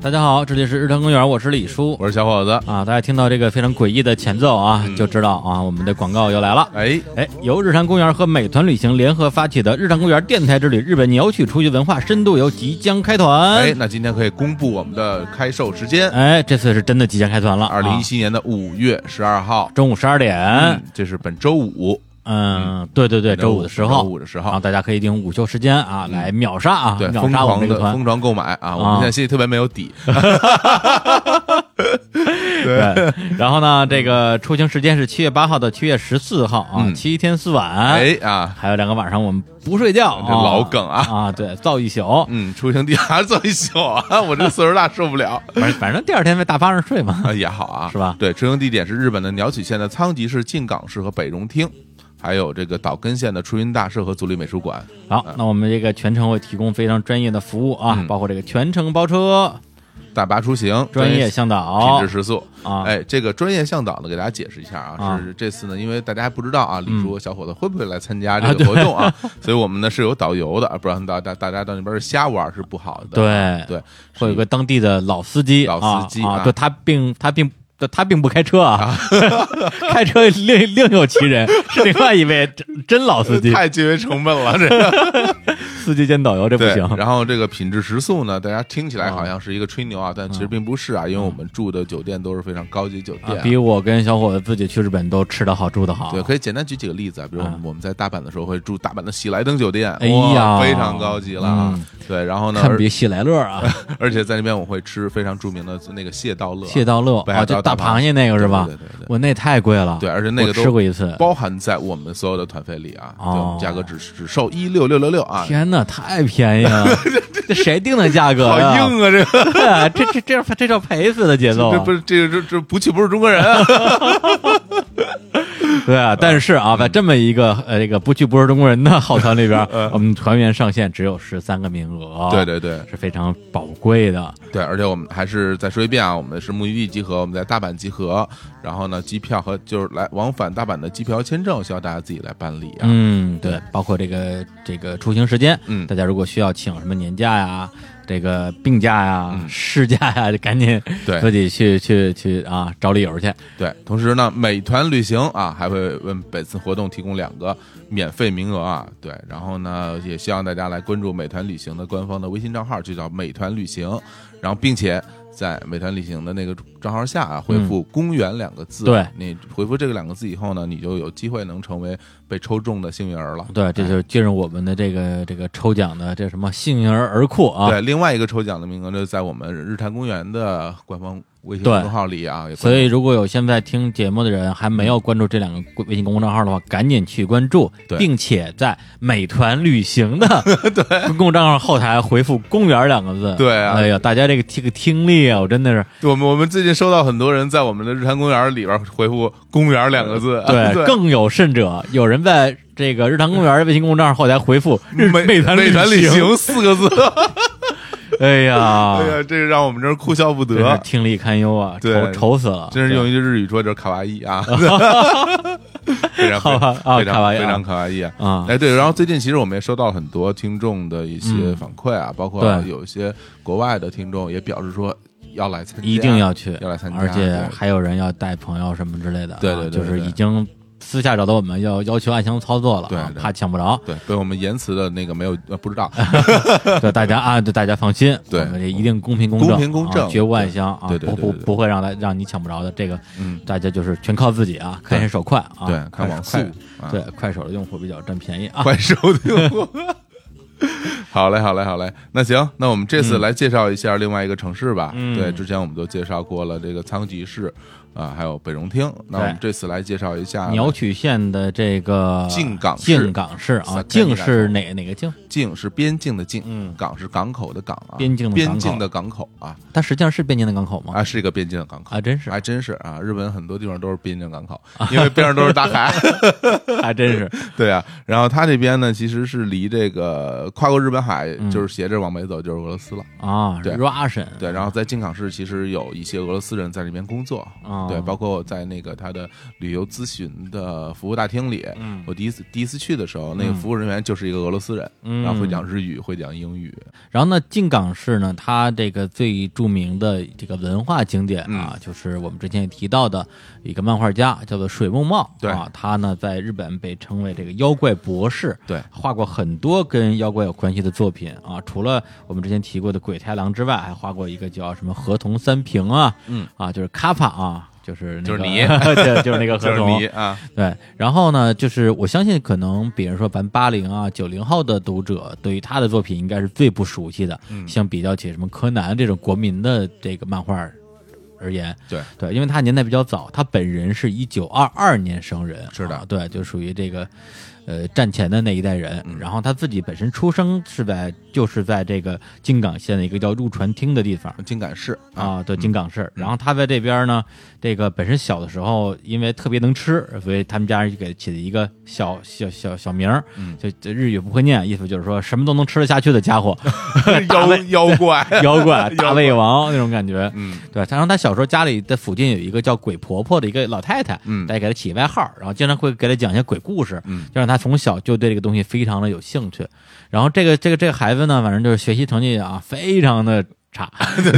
大家好，这里是日坛公园，我是李叔我是嗯小伙子。啊。大家听到这个非常诡异的前奏啊，就知道啊，我们的广告又来了。哎，哎，由日坛公园和美团旅行联合发起的日坛公园电台之旅日本鸟取出去文化深度游即将开团。哎，那今天可以公布我们的开售时间，哎这次是真的即将开团了，二零一啊、七年的五月十二号，中午十二点。嗯，这是本周五，嗯，对对对，周周五五的时候，周五的时候啊，大家可以利用午休时间啊，来秒杀啊，对，秒疯杀我们这狂的个团疯。狂购买啊！我们啊嗯现在心里特别没有底，对，然后呢，这个出行时间是七月八号到七月十四号啊，嗯七天四晚。哎啊，还有两个晚上我们不睡觉，这老梗啊啊啊，对，造一宿，嗯，出行地还是坐一宿啊， 我这岁数大受不了。反反正第二天在大巴上睡嘛。啊，也好啊，是吧对，出行地点是日本的鸟取县的仓吉市静冈市和北荣町，还有这个岛根县的出云大社和足立美术馆。好， 那我们这个全程会提供非常专业的服务啊，嗯包括这个全程包车、大巴出行，专业业向品导质食宿啊哎，这个专业向导呢，给大家解释一下啊嗯啊，是这次呢，因为大家还不知道啊，李叔和小伙子会不会来参加啊这对个活 动啊，所以我们呢是有导游的，啊不让大大大家到那边瞎玩是不好对， 的。对，会有个当地的老司机，老司机啊，啊啊对他并他并他并不开车啊， 开车另另有其 人，是另外一位真真老司机，太节约成本 了，这个司机兼导游这不对行。然后这个品质食宿呢，大家听起来好像是一个吹牛啊，但其实并不是啊，因为我们住的酒店都是非常高级酒嗯啊店，比我跟小伙子自己去日本都吃得好住得好，对，可以简单举几个例子啊，比如我们我们在大阪的时候会住大阪的喜来登酒店，嗯哎哇呀非常高级了啊嗯。对，然后呢，堪而比喜来乐啊，而且在那边我会吃非常著名的那个蟹道乐，蟹道乐北啊，海就道大大螃蟹那个是吧对对对对？对我那太贵了，对而且那个我都吃过一次，包含在我们所有的团费里啊，哦就价格只只售一六六六六啊，天哪，太便宜 了，这谁定的价格好呀？硬啊，这个对 这这这这叫赔死的节奏啊，这不是这个这这不去不是中国人啊， 对啊，但是啊，在这么一个呃这个不去不是中国人 的好团里边，我们团员上限只有十三个名额，嗯对，啊对对是非常宝贵的。对，而且我们还是再说一遍啊，我们是目的地集合，我们在大阪集合，然后呢，机票和就是来往返大阪的机票签证需要大家自己来办理啊，嗯，对，包括这个这个出行时间，嗯大家如果需要请什么年假呀、这个病假呀、事假呀，就赶紧嗯对自己去去去啊找理由去。对，同时呢，美团旅行啊还会为本次活动提供两个免费名额啊，对，然后呢，也希望大家来关注美团旅行的官方的微信账号，就叫美团旅行，然后并且在美团旅行的那个账号下啊，回复“公园”两个字，对你回复这个两个字以后呢，你就有机会能成为被抽中的幸运儿了。对，这就进入我们的这个这个抽奖的这什么幸运儿儿库啊。对，另外一个抽奖的名额呢，在我们日坛公园的官方微信对公众号里啊，也所以，如果有现在听节目的人还没有关注这两个微微信公众号的话，赶紧去关注，嗯对并且在美团旅行 的公众账号后台回复“公园”两个字。对啊哎呀，大家这个这个听力啊，我真的是我们我们最近收到很多人在我们的日坛公园里边回复“公园”两个 字，啊对，对，更有甚者，有人在这个日坛公园的微信公众账号后台回复“日美团美团旅”，行四个字，哎呀 哎，呀，这个让我们这儿哭笑不真是得，听力堪忧啊，对愁愁死了，真是用一句日语说就是卡哇 伊啊，非常好吧啊非卡哇常伊啊非常卡哇伊啊。啊。哎，对，然后最近其实我们也收到很多听众的一些反馈啊，包括嗯对有一些国外的听众也表示说要来参加，一定要去，要来参加而且对还有人要带朋友什么之类的啊，对对对就是对对已经私下找到我们要要求暗箱操作了啊，对对，怕抢不着对被我们言辞的那个没有呃不知道， 对大家啊，对大家放心，对我们这一定公平公正，公平公正啊绝无暗箱啊，对对对对不对不对不会让他让你抢不着的，这个嗯，大家就是全靠自己啊，看谁手快啊，对，看网速快，啊对快手的用户比较占便宜啊，快收听我。 好嘞，好嘞，好嘞。那行，那我们这次来介绍一下另外一个城市吧。嗯对，之前我们都介绍过了这个仓吉市，啊，还有北荣厅。那我们这次来介绍一下鸟取县的这个啊靖港市靖港市啊，靖是哪哪个靖？境是边境的境，嗯港是港口的港啊，边境的港口边境的港口啊它实际上是边境的港口吗？啊，是一个边境的港口，啊，真是，啊还真是啊。日本很多地方都是边境港口，因为边上都是大 海。还真是，对啊，然后它这边呢，其实是离这个跨过日本海，嗯就是斜着往北走就是俄罗斯了。啊 对，Russian，对，然后在靖港市其实有一些俄罗斯人在里面工作，啊，对，包括我在那个他的旅游咨询的服务大厅里，嗯我第一次第一次去的时候，那个嗯服务人员就是一个俄罗斯人，嗯然后会讲日语，会讲英语，然后呢，靖港市呢，它这个最著名的这个文化景点啊，嗯就是我们之前也提到的一个漫画家，叫做水木茂。对啊，他呢在日本被称为这个妖怪博士，对，画过很多跟妖怪有关系的作品啊。除了我们之前提过的鬼太郎之外，还画过一个叫什么河童三平啊，嗯啊，就是卡帕啊，就是那个、就是你 对，就是那个就河是童你，啊，对，然后呢，就是我相信，可能比如说咱八零啊、九零后的读者，对于他的作品应该是最不熟悉的。嗯相比较起什么柯南这种国民的这个漫画而言，对对，因为他年代比较早，他本人是一九二二年生人，是的啊对，就属于这个呃战前的那一代人。嗯然后他自己本身出生是在就是在这个京港县的一个叫入船厅的地方，金感市啊，嗯对，金港市。然后他在这边呢，这个本身小的时候，因为特别能吃，所以他们家人就给起了一个小小小小名儿，嗯就就日语不会念，意思就是说什么都能吃得下去的家 伙， 大胃啊妖妖 怪，妖怪、妖大胃王那种感觉。嗯对，然后他小时候家里的附近有一个叫鬼婆婆的一个老太太，嗯大家给她起外号，然后经常会给她讲一些鬼故事，嗯，就让他从小就对这个东西非常的有兴趣。然后这个这个这个孩子呢，反正就是学习成绩啊，非常的差，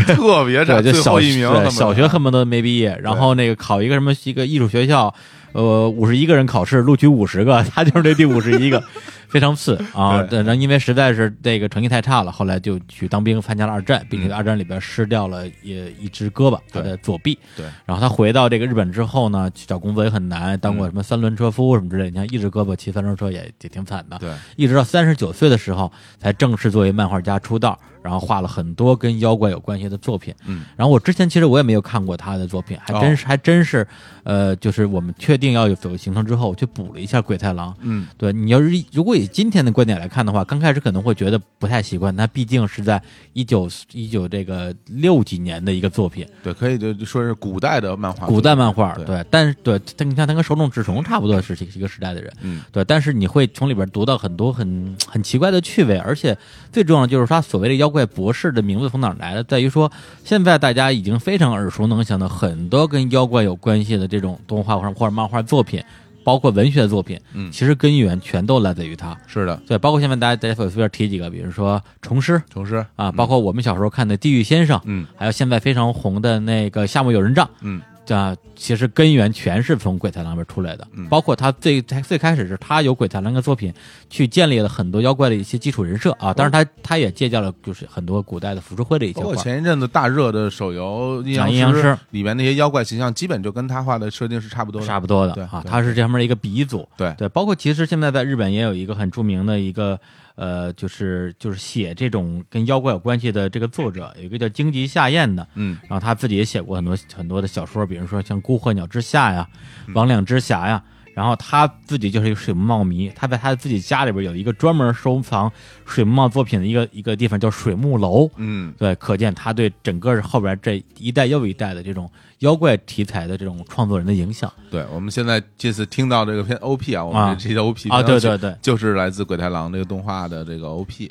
特 对，别差，就最小后一名，对他们小学恨不得没毕业，然后那个考一个什么一个艺术学校，呃，五十一个人考试录取五十个， 他就是这第五十一个，非常次啊。对对然后因为实在是这个成绩太差了，后来就去当兵，参加了二战，并且在二战里边失掉了也一只胳膊，他嗯对的左臂。对，然后他回到这个日本之后呢，去找工作也很难，当嗯过什么三轮车夫什么之类的。你看，一只胳膊骑三轮车也也挺惨的。对，一直到三十九岁的时候，才正式作为漫画家出道，然后画了很多跟妖怪有关系的作品。嗯，然后我之前其实我也没有看过他的作品，还哦真是、还真是，呃，就是我们确定要有走行程之后，我去补了一下鬼太郎。嗯，对你要是如果以今天的观点来看的话，刚开始可能会觉得不太习惯，那毕竟是在一九一九这个六几年的一个作品，对，可以就就说是古代的漫画，古代，漫画，啊对对，但是对，他你看他跟手冢治虫差不多是一个时代的人，嗯，对，但是你会从里边读到很多很很奇怪的趣味，而且最重要的就是他所谓的妖怪博士的名字从哪儿来的，在于说现在大家已经非常耳熟能详的很多跟妖怪有关系的这种动画或者或者漫画作品，包括文学作品，嗯其实根源全都来自于他。是的，对，包括现在大家大家随便提几个，比如说虫师虫师啊，包括我们小时候看的《地狱先生》，嗯还有现在非常红的那个《夏目友人帐》，嗯啊，其实根源全是从鬼才郎那边出来的，嗯包括他最他最开始是他有鬼才郎的作品，去建立了很多妖怪的一些基础人设啊，当然他他也借鉴了就是很多古代的浮世绘的一些包画括，前一阵子大热的手游《阴阳讲阴阳师里面那些妖怪形象，基本就跟他画的设定是差不多的。差不多对的啊，对他是这方面的一个鼻祖，对对，包括其实现在在日本也有一个很著名的一个呃，就是就是写这种跟妖怪有关系的这个作者，有一个叫荆棘夏彦的，嗯，然后他自己也写过很多很多的小说，比如说像《孤鹤鸟之下》呀，《魍魉之匣》呀。然后他自己就是一个水墨迷，他在他自己家里边有一个专门收藏水墨作品的一个一个地方，叫水木楼。嗯，对，可见他对整个后边这一代又一代的这种妖怪题材的这种创作人的影响对，我们现在这次听到这个片 OP 啊，我们这期的 OP 啊，片头对曲对对。就是来自鬼太郎这个动画的这个 OP。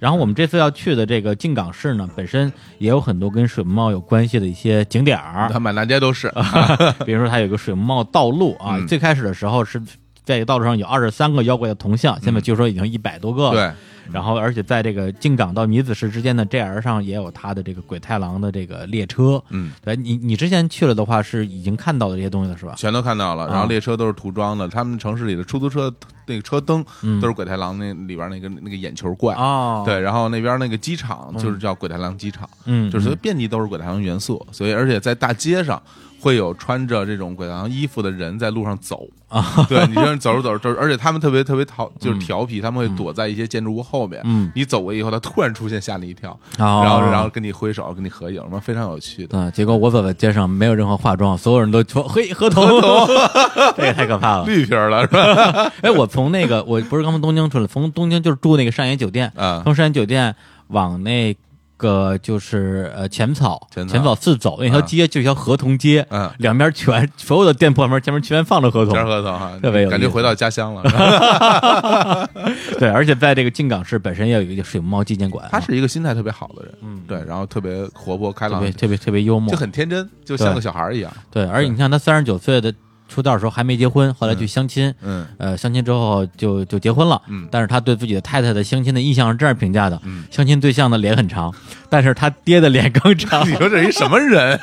然后我们这次要去的这个靖港市呢，本身也有很多跟水墨有关系的一些景点儿，他满大街都是，啊比如说它有个水墨道路啊，嗯最开始的时候是在这个道路上有二十三个妖怪的铜像，现在据说已经一百多个了。嗯对，然后，而且在这个靖港到米子市之间的 JR 上也有它的这个鬼太郎的这个列车。嗯，对你，你之前去了的话是已经看到的这些东西了，是吧？全都看到了。然后啊列车都是涂装的，他们城市里的出租车那个车灯嗯都是鬼太郎那里边那个那个眼球怪。哦，，对，然后那边那个机场就是叫鬼太郎机场，嗯，就是所以遍地都是鬼太郎元素，所以而且在大街上会有穿着这种鬼太郎衣服的人在路上走啊，对你这样走着走着，就是而且他们特别特别淘，就是调皮，他们会躲在一些建筑物后面，嗯，哦你走过以后，他突然出现，吓你一跳，然后然后然后跟你挥手，跟你合影，嘛，非常有趣的。对，嗯结果我走在街上，没有任何化妆，所有人都说：“嘿，合同， 这也太可怕了。绿皮儿了是吧？”哎，我从那个我不是刚从东京出来，从东京就是住那个善野酒店，啊，从善野酒店往那个就是呃浅草浅草啊草寺走，那条街就一条合同街，嗯两边全所有的店铺旁边前面全放着合同签，合同啊，特别有意思感觉回到家乡了。 是吧对，而且在这个进港市本身也有一个水母猫纪念馆，他是一个心态特别好的人，嗯对，然后特别活泼开特朗别，特别特别幽默啊就，很天真，就像个小孩儿一样。 对，而且对你看他三十九岁的出道的时候还没结婚，后来去相亲，嗯，呃，相亲之后就就结婚了，嗯但是他对自己的太太的相亲的印象是这样评价的，嗯相亲对象的脸很长，但是他爹的脸更长 你，说这是一什 么人？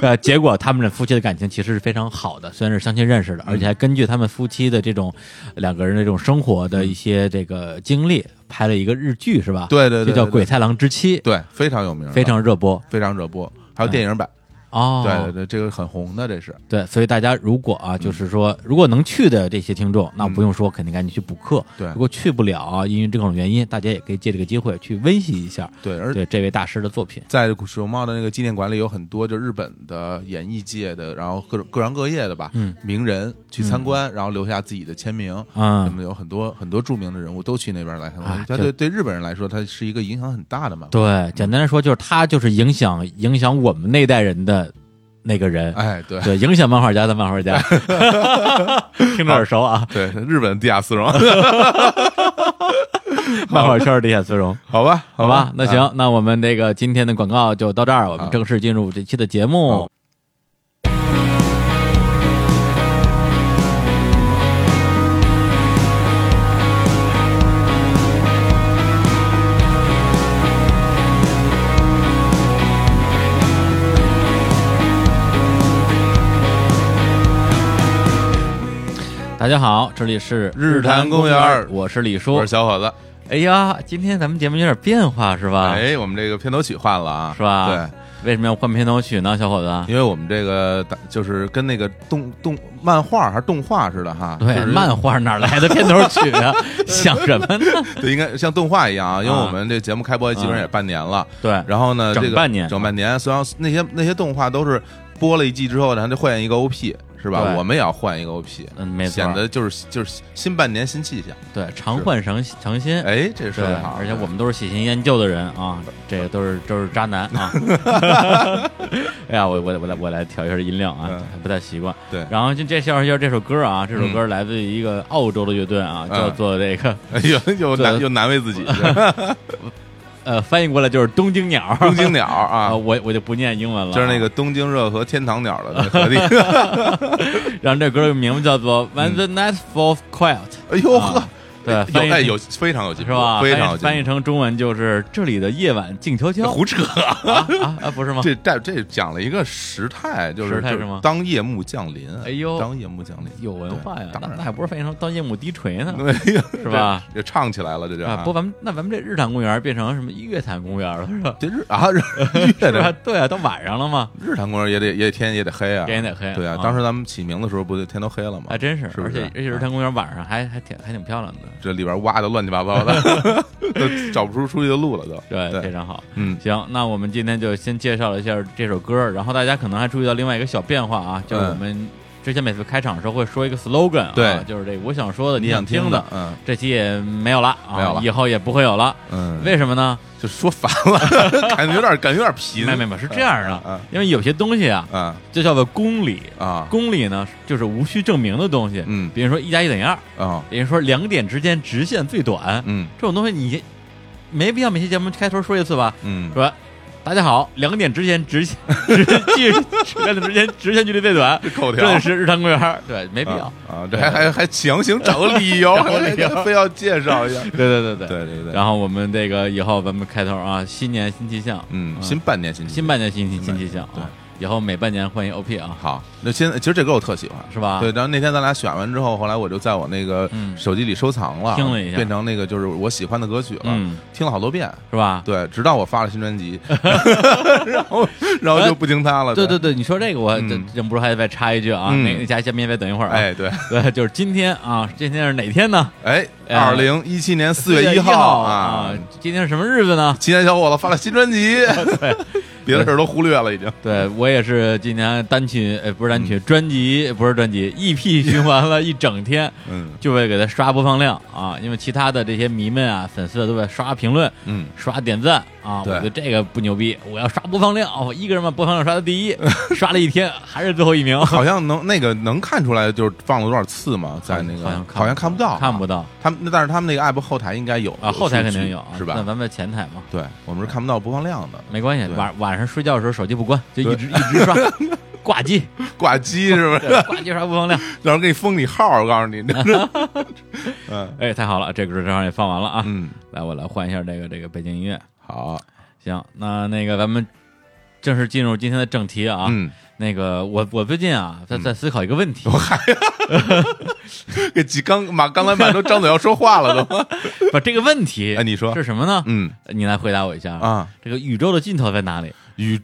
呃，结果他们这夫妻的感情其实是非常好的，虽然是相亲认识的，嗯而且还根据他们夫妻的这种两个人的这种生活的一些这个经历，拍了一个日剧是吧？对对对，就叫《对鬼太郎之妻》，对，非常有名，非常热播非常热播，还有电影版，哎哦，对对对，这个很红的，这是对，所以大家如果啊，就是嗯说，如果能去的这些听众，那不用说，肯定赶紧去补课。对如果去不了啊，因为这种原因，大家也可以借这个机会去温习一下对，而对这位大师的作品。在水熊猫的那个纪念馆里有很多就日本的演艺界的，然后各种各行各业的吧，嗯名人去参观，然后留下自己的签名。那嗯，么有很多很多著名的人物都去那边来参观哎，他这对对日本人来说，它是一个影响很大的嘛。对，简单来说就是他就是影响影响我们那代人的那个人，哎，对对，影响漫画家的漫画家，听着耳熟啊，对，日本地下丝绒， 漫画圈的地下丝绒。好吧，好吧吧，，啊那行，那我们这个今天的广告就到这儿，我们好正式进入这期的节目好。大家好，这里是日坛公园园，我是李叔我是。小伙子。哎呀，今天咱们节目有点变化是吧？哎，我们这个片头曲换了啊啊，是吧对，为什么要换片头曲呢，小伙 子？因为我们这个打就是跟那个动动漫画还是动画似的哈，对，就是漫画哪来的片头曲 啊？想什么呢？对应该像动画一样啊，因为啊我们这节目开播基本上也半年了，对，然后呢，嗯整这个半年整半年，虽然那些那些动画都是播了一季之后，然后就换一个 OP 是吧？对我们也要换一个 OP，嗯，没错，显得就是就是新半年新气象。对常换成常新。哎，这说对的好，，而且我们都是喜新厌旧的人啊，这个都是都是渣男 啊。哎呀，我我得我来我来调一下音量啊，嗯不太习惯。对 然后就这介绍一下这首歌啊，这首歌来自于一个澳洲的乐队啊，嗯叫做这个哎呦又难对又难为自己， 呃，翻译过来就是东京鸟。东京 鸟啊，啊，我我就不念英文了啊， 就是那个东京热河天堂鸟的那 合力。然后这歌的名字叫嗯做《When the Night Falls Quiet 哎呦呵啊》，对，有翻译哎有非常有进是步，吧？非翻译常有翻进译成中文就是“这里的夜晚静悄步。悄胡扯！”啊啊啊，不是吗？ 这这这讲了一个时态，就是时态就是吗当夜幕降临，哎呦当夜幕降临，有文化呀对，当那然嗯那还不是翻译成“当夜幕低垂” 呢？对呀，是吧 这？也唱起来了，这就啊，不，咱们那咱们这日坛公园变成什么月坛公园了是吧？这日 啊日是月吧的？对啊，到晚上了嘛，日坛公园也得也得天也得黑啊，天也得黑对啊啊，当时咱们起名的时候，不就天都黑了吗还？真是，是不而是且而且日坛公园晚上还还挺还挺漂亮的，这里边挖的乱七八 糟的，都找不出出去的路了都。对，非对，常好。嗯，行，那我们今天就先介绍了一下这首歌，然后大家可能还注意到另外一个小变化啊，就是我们之前每次开场的时候会说一个 slogan，啊嗯对就是这我想说的你想听的，，嗯这期也没有了啊，没有了以后也不会有了。嗯，为什么呢？就说烦了， 感觉有点感觉有点贫，没没没，是这样的嗯，因为有些东西啊，啊就叫做公理，啊公理呢就是无需证明的东西，嗯比如说一加一等于二，啊比如说两点之间直线最短，嗯这种东西你没必要每期节目开头说一次吧？嗯，说大家好，两点之间直线 直距两点之间直线距离最短，这 口条这里是日坛公园，对，没必要啊。啊，这还还还强行找个理由，找个理由 还非要介绍一下。对对对对。对对对，然后我们这个以后咱们开头啊，新年新气象，嗯，新半年新新半年新新新气象啊对。以后每半年换一 OP 啊，好，那现在其实这歌我特喜欢，是吧？对，，然后那天咱俩选完之后，后来我就在我那个嗯手机里收藏了，听了一下变成那个就是我喜欢的歌曲了，嗯听了好多遍。是吧？对，直到我发了新 专辑，然后然后就不听它了。哎对对对，对，你说这个我嗯忍忍不住还得再插一句啊，嗯那那家先别别等一会儿啊，哎对，对，就是今天啊，今天是哪天呢？哎，哎二零一七年四月一一号号啊，，今天是什么日子呢？青年小伙子发了新专辑， 别的事儿都忽略了已经。对我也是今年单曲，呃，不是单嗯曲，专辑不是专辑，EP 循环了一整天，嗯就为给它刷播放量啊，因为其他的这些迷们啊、粉丝啊都在刷评论、嗯，刷点赞啊，我对觉得这个不牛逼，我要刷播放量，我一个人把播放量刷到第 一，刷了一天还是最后一名， 好像能那个能看出来，就是放了多少次嘛，在那个好像看不好像看不到，啊看不。到他们，但是他们那个 app 后台应该有啊，后台肯定有数啊，据是那吧？咱们前台嘛，对，我们是看不到播放量的，没关系，对晚晚上睡觉的时候手机不关，就一直一直刷， 挂机，挂机是不是？对挂机刷播放量。到时候给你封你号，我告 诉你，嗯哎，太好了，这歌正好也放完了啊。嗯，来，我来换一下这个这个背景音乐。啊好，行，那那个咱们正式进入今天的正题啊。嗯，那个我我最近啊在在思考一个问 题，给急刚马刚才满都张嘴要说话了 都，不，这个问题哎，你说，是什么呢？嗯你来回答我一下。啊，这个宇宙的尽头在 哪里？宇，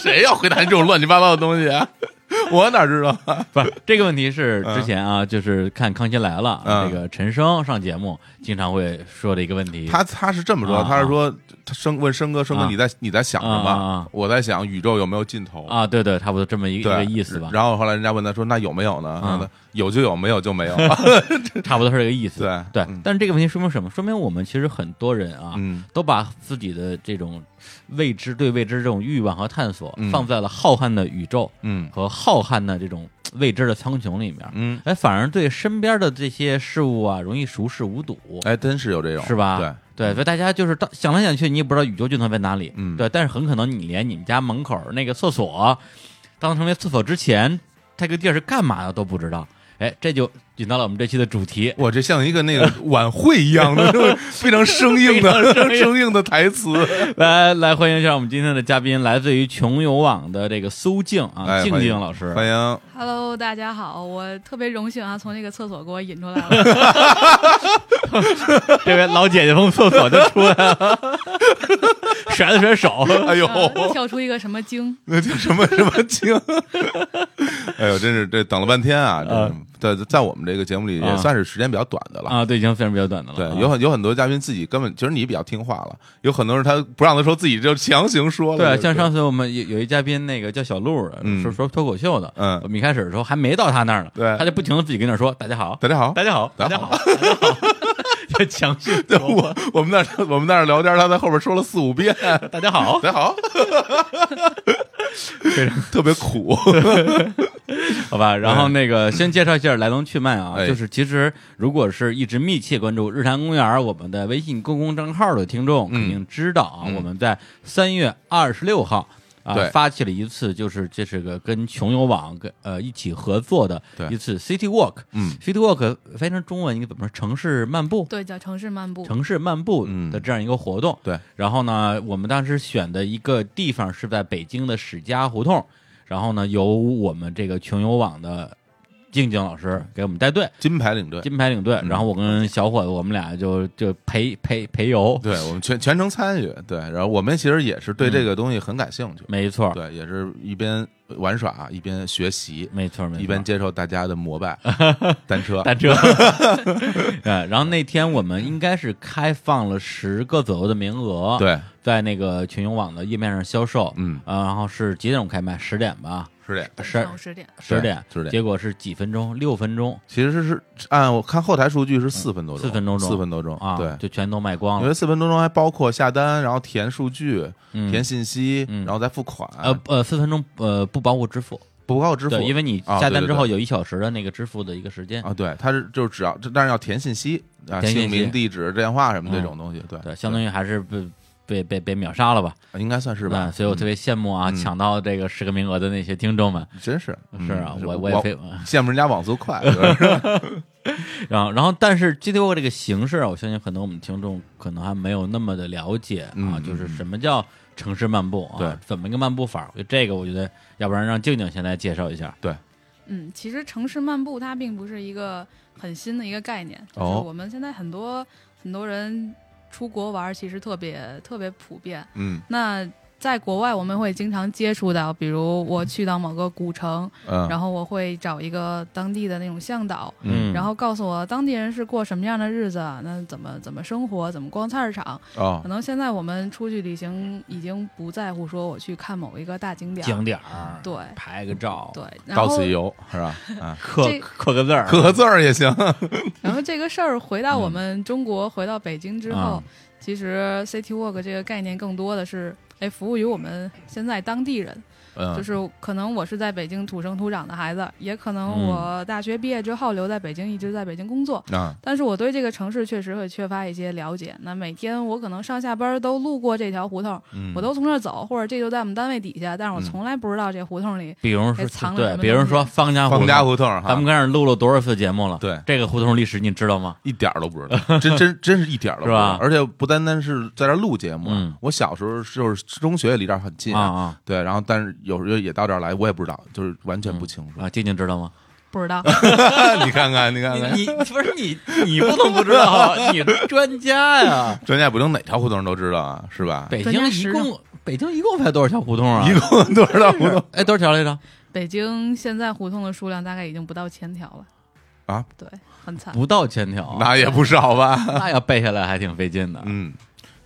谁要回答你这种乱七八糟的东西啊？我哪知道？不是这个问题是嗯之前啊，就是看《康熙来了》嗯这个陈升上节目经常会说的一个问题。他他是这么说，啊他是说，他生问生哥，生哥啊你在你在想什啊啊么啊？我在想宇宙有没有尽头？啊，对对，差不多这么一个对一个意思吧，然后后来人家问他说：“那有没有呢？”嗯他说有就有，没有就没 有。差不多是这个意思。对对，嗯但是这个问题说明什么？说明我们其实很多人啊，嗯都把自己的这种未知、对未知这种欲望和探索，嗯放在了浩瀚的宇宙嗯和浩瀚的这种嘖未知的苍穹里面，嗯，哎，反而对身边的这些事物啊，容易熟视无睹。哎，真是有这种，是吧？对，对，所以大家就是到想来想去，你也不知道宇宙尽头在哪里。嗯对，但是很可能你连你们家门口那个厕所，当成为厕所之前，这个地儿是干嘛的都不知道。哎，这就引到了我们这期的主题。我这像一个那个晚会一样 的，就是非常生硬的、生硬的台词。来来，欢迎一下我们今天的嘉宾，来自于穷游网的这个苏静啊，哎静欢迎静老师。欢迎， Hello，大家好，我特别荣幸啊，从那个厕所给我引出来了。这位老姐姐从厕所就出来了， 甩了甩 手。哎 呦，呃跳出一个什么精？那叫什么什么经？ 哎呦，真是这等了半天啊！这在在我们这个节目里啊也算是时间比较短的了。啊，对，已经非常比较短的了。对啊，有很有很多嘉宾自己根本，其实你比较听话了，有很多人他不让他说，自己就强行说了。对，啊像上次我们有有一嘉宾，那个叫小鹿的，嗯说说脱口秀的，嗯我们一开始的时候还没到他那儿呢，对他就不停的自己跟那儿说：“大家好，大家好，大家好，大大家家好好，大家 好。” 就强行对我我们那儿我们那儿聊天，他在后边说了四五遍，大家好，大 家好，特 别苦。好吧。然后那个先介绍一下来龙去脉啊，哎就是其实如果是一直密切关注日坛公园我们的微信公共账号的听众，肯定知道啊，嗯我们在三月二十六号。啊对，发起了一次，就是这是个跟穷游网跟呃一起合作的对一次 City Walk，嗯 City Walk 呃翻译成中文应该怎么说？城市漫步，对，叫城市漫步。城市漫步嗯的这样一个活动。对，然后呢，我们当时选的一个地方是在北京的史家胡同，然后呢，由我们这个穷游网的静静老师给我们带队，金牌领队，金牌领队。嗯然后我跟小伙子，我们俩就就陪陪陪游，对我们全全程参与，对，然后我们其实也是对嗯这个东西很感兴趣，没错，对，也是一边玩耍一边学习，没错，没错，一边接受大家的膜 拜，单车，单车。 对，然后那天我们应该是开放了十个左右的名额，，对，在那个群友网的页面上销售，嗯，呃，然后是几点钟开卖？十点吧，是这样。十上午十点。十点， 10点结果是几分钟？六分钟其实是按我看后台数据是四分多嗯钟，四分多钟四分多钟啊，对。就全都卖光因了为。四分多钟还包括下单，然后填数据、嗯填信息，嗯然后再付款，呃呃，四分钟呃不包括支付，不靠啊支付，对，因为你啊下对单对之后对有一小时的那个支付的一个时间，啊，对，它是就是只要，但是要填信息啊，填信姓息名、地址、电话什么嗯这种东西，对对，相当于还是被被被被秒杀了吧？对应该算是啊吧。所以我特别羡慕啊，嗯抢到这个十个名额的那些听众们。嗯真是是啊，嗯我我我也非， 羡慕人家网速快，就是然后然后，但是 G T O 这个形式啊，我相信可能我们听众可能还没有那么的了解啊，嗯就是什么叫城市漫步啊，对，怎么一个漫步法？我觉得这个，我觉得要不然让静静先来介绍一下。嗯，其实城市漫步它并不是一个很新的一个概念，就是哦我们现在很多很多人出国玩，其实特别特别普遍。嗯那在国外，我们会经常接触到，比如我去到某个古城，嗯，然后我会找一个当地的那种向导，嗯然后告诉我当地人是过什么样的日子，啊那怎么怎么生活，怎么逛菜市场。哦可，能现在我们出去旅行已经不在乎说我去看某一个大景点儿，景点哦儿，对拍个照，对，然到后此一游是吧？啊，刻这刻个字儿，刻个字儿也行。然后这个事儿回到我们中国，回到北京之后嗯，其实 City Walk 这个概念更多的是，哎，服务于我们现在当地人。嗯，就是可能我是在北京土生土长的孩子，也可嗯能我大学毕业之后留在北京，一直在北京工作。啊，但是我对这个城市确实会缺乏一些了解。那每天我可能上下班都路过这条胡同，嗯我都从这儿走，或者这就在我们单位底下，但是我从来不知道这胡同里。比如哎说藏了对什，么比如东西说方家方家同，胡同哈，咱们跟这儿录了多少次节目了？对这个胡同历史你知道吗？一点儿都不知道，真真真是一点儿都不知是吧道。而且不单单是在这儿录节目啊，嗯我小时候就是中学离这儿很近啊，啊对，然后但是有时候也到这儿来，我也不知道，就是完全 不清楚。啊！静静知道吗？不 知道，你看看，你看看， 你不是你，你不能不知道，你专家呀！专家也不能哪条胡同都知道啊，是吧？ 北专京家一实共北京一共才多少条胡同啊？一共多少条胡 同哎多少条啊来着？北京现在胡同的数量大概已经不到千条了，啊？对，很惨。不到千条，那也不 少吧？那要背下来还挺费劲的。嗯，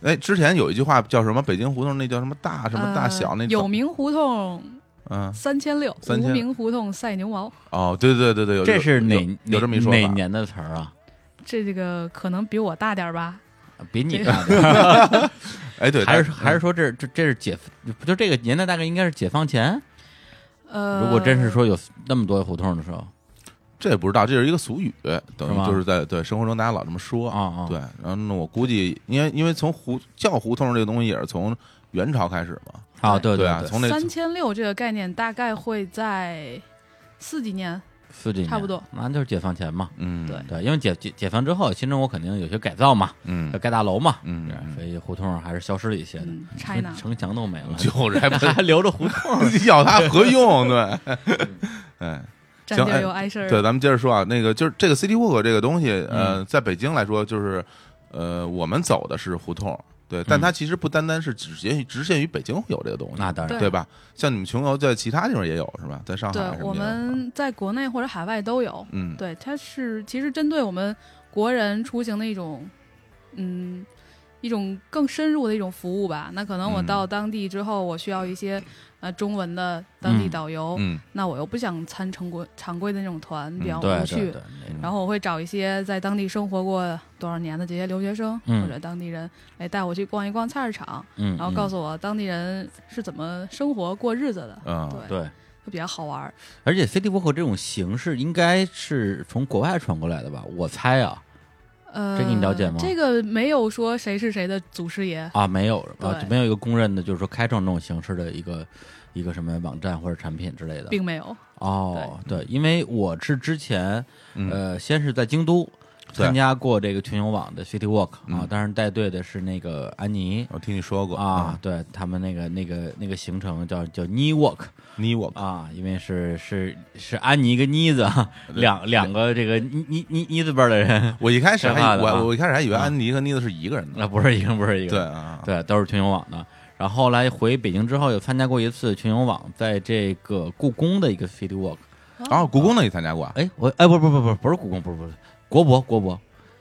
哎，之前有一句话叫什么？北京胡同那叫什么大什么大小嗯那呃、叫有名胡同嗯三千六， 3600无名胡同赛牛毛。哦，对对对对，有这是哪有有这么一说哪法？年的词儿啊？这这个可能比我大点儿吧，比你大点儿，哎， 对，还是但还是说这这这是解不就这个年代大概应该是解放前？呃，如果真是说有那么多胡同的时候这也不知道，这是一个俗语，等是吗于就是在对生活中大家老这么说啊啊，对，然后呢，我估计，因为因为从胡叫胡同这个东西也是从元朝开始嘛，啊对啊，对，从那三千六这个概念大概会在四几年，四几年差不多，那就是解放前嘛。嗯对对，因为解解解放之后，新中国肯定有些改造嘛，嗯要盖大楼嘛，嗯对嗯所以胡同还是消失了一些的，嗯城，China 城墙都没了，就是 还不 还留着胡同。要它何用？ 对，哎，占地哎儿有碍事儿。对，咱们接着说啊，那个就是这个 City Walk 这个东西，呃，嗯在北京来说，就是呃，我们走的是胡同，嗯对，但它其实不单单是只限于只限于北京会有这个东西，那当然，对吧？像你们穷游在其他地方也有是吧？在上海对什么也有我们在国内或者海外都有。嗯对，它是其实针对我们国人出行的一种，嗯，一种更深入的一种服务吧。那可能我嗯到当地之后，我需要一些呃中文的当地嗯导游，嗯那我又不想参常规常规的那种团，比较对无对趣。对，嗯然后我会找一些在当地生活过多少年的这些留学生、嗯或者当地人，哎，带我去逛一逛菜市场，嗯，然后告诉诉我当地人是怎么生活过日子的，嗯对，对，会比较好玩儿。而且 City Walk 这种形式应该是从国外传过来的吧？我猜啊呃，这个你了解吗这个没有说谁是谁的祖师爷，啊，没有啊，对就没有一个公认的，就是说开创这种形式的一个一个什么网站或者产品之类的。并没有。哦，对，因为我是之前嗯呃，先是在京都对参加过这个全球网的 City Walk 啊嗯，当时带队的是那个安妮我听你说过啊，，对他们那个那个那个行程叫叫 Knee Walk 你我啊，因为是是是安妮跟妮子啊对两两个这个妮妮妮妮字辈儿的人， 我一开始还害怕以的啊我我一开始还以为安妮和妮子是一个人呢，那不是一个不是一对个，啊，对，都是全球网的。然后后来回北京之后，有参加过一次全球网在这个故宫的一个 City Walk。然后故宫呢你参加过啊？哎，我哎，不不不不，不是故宫，不是不是国博国博，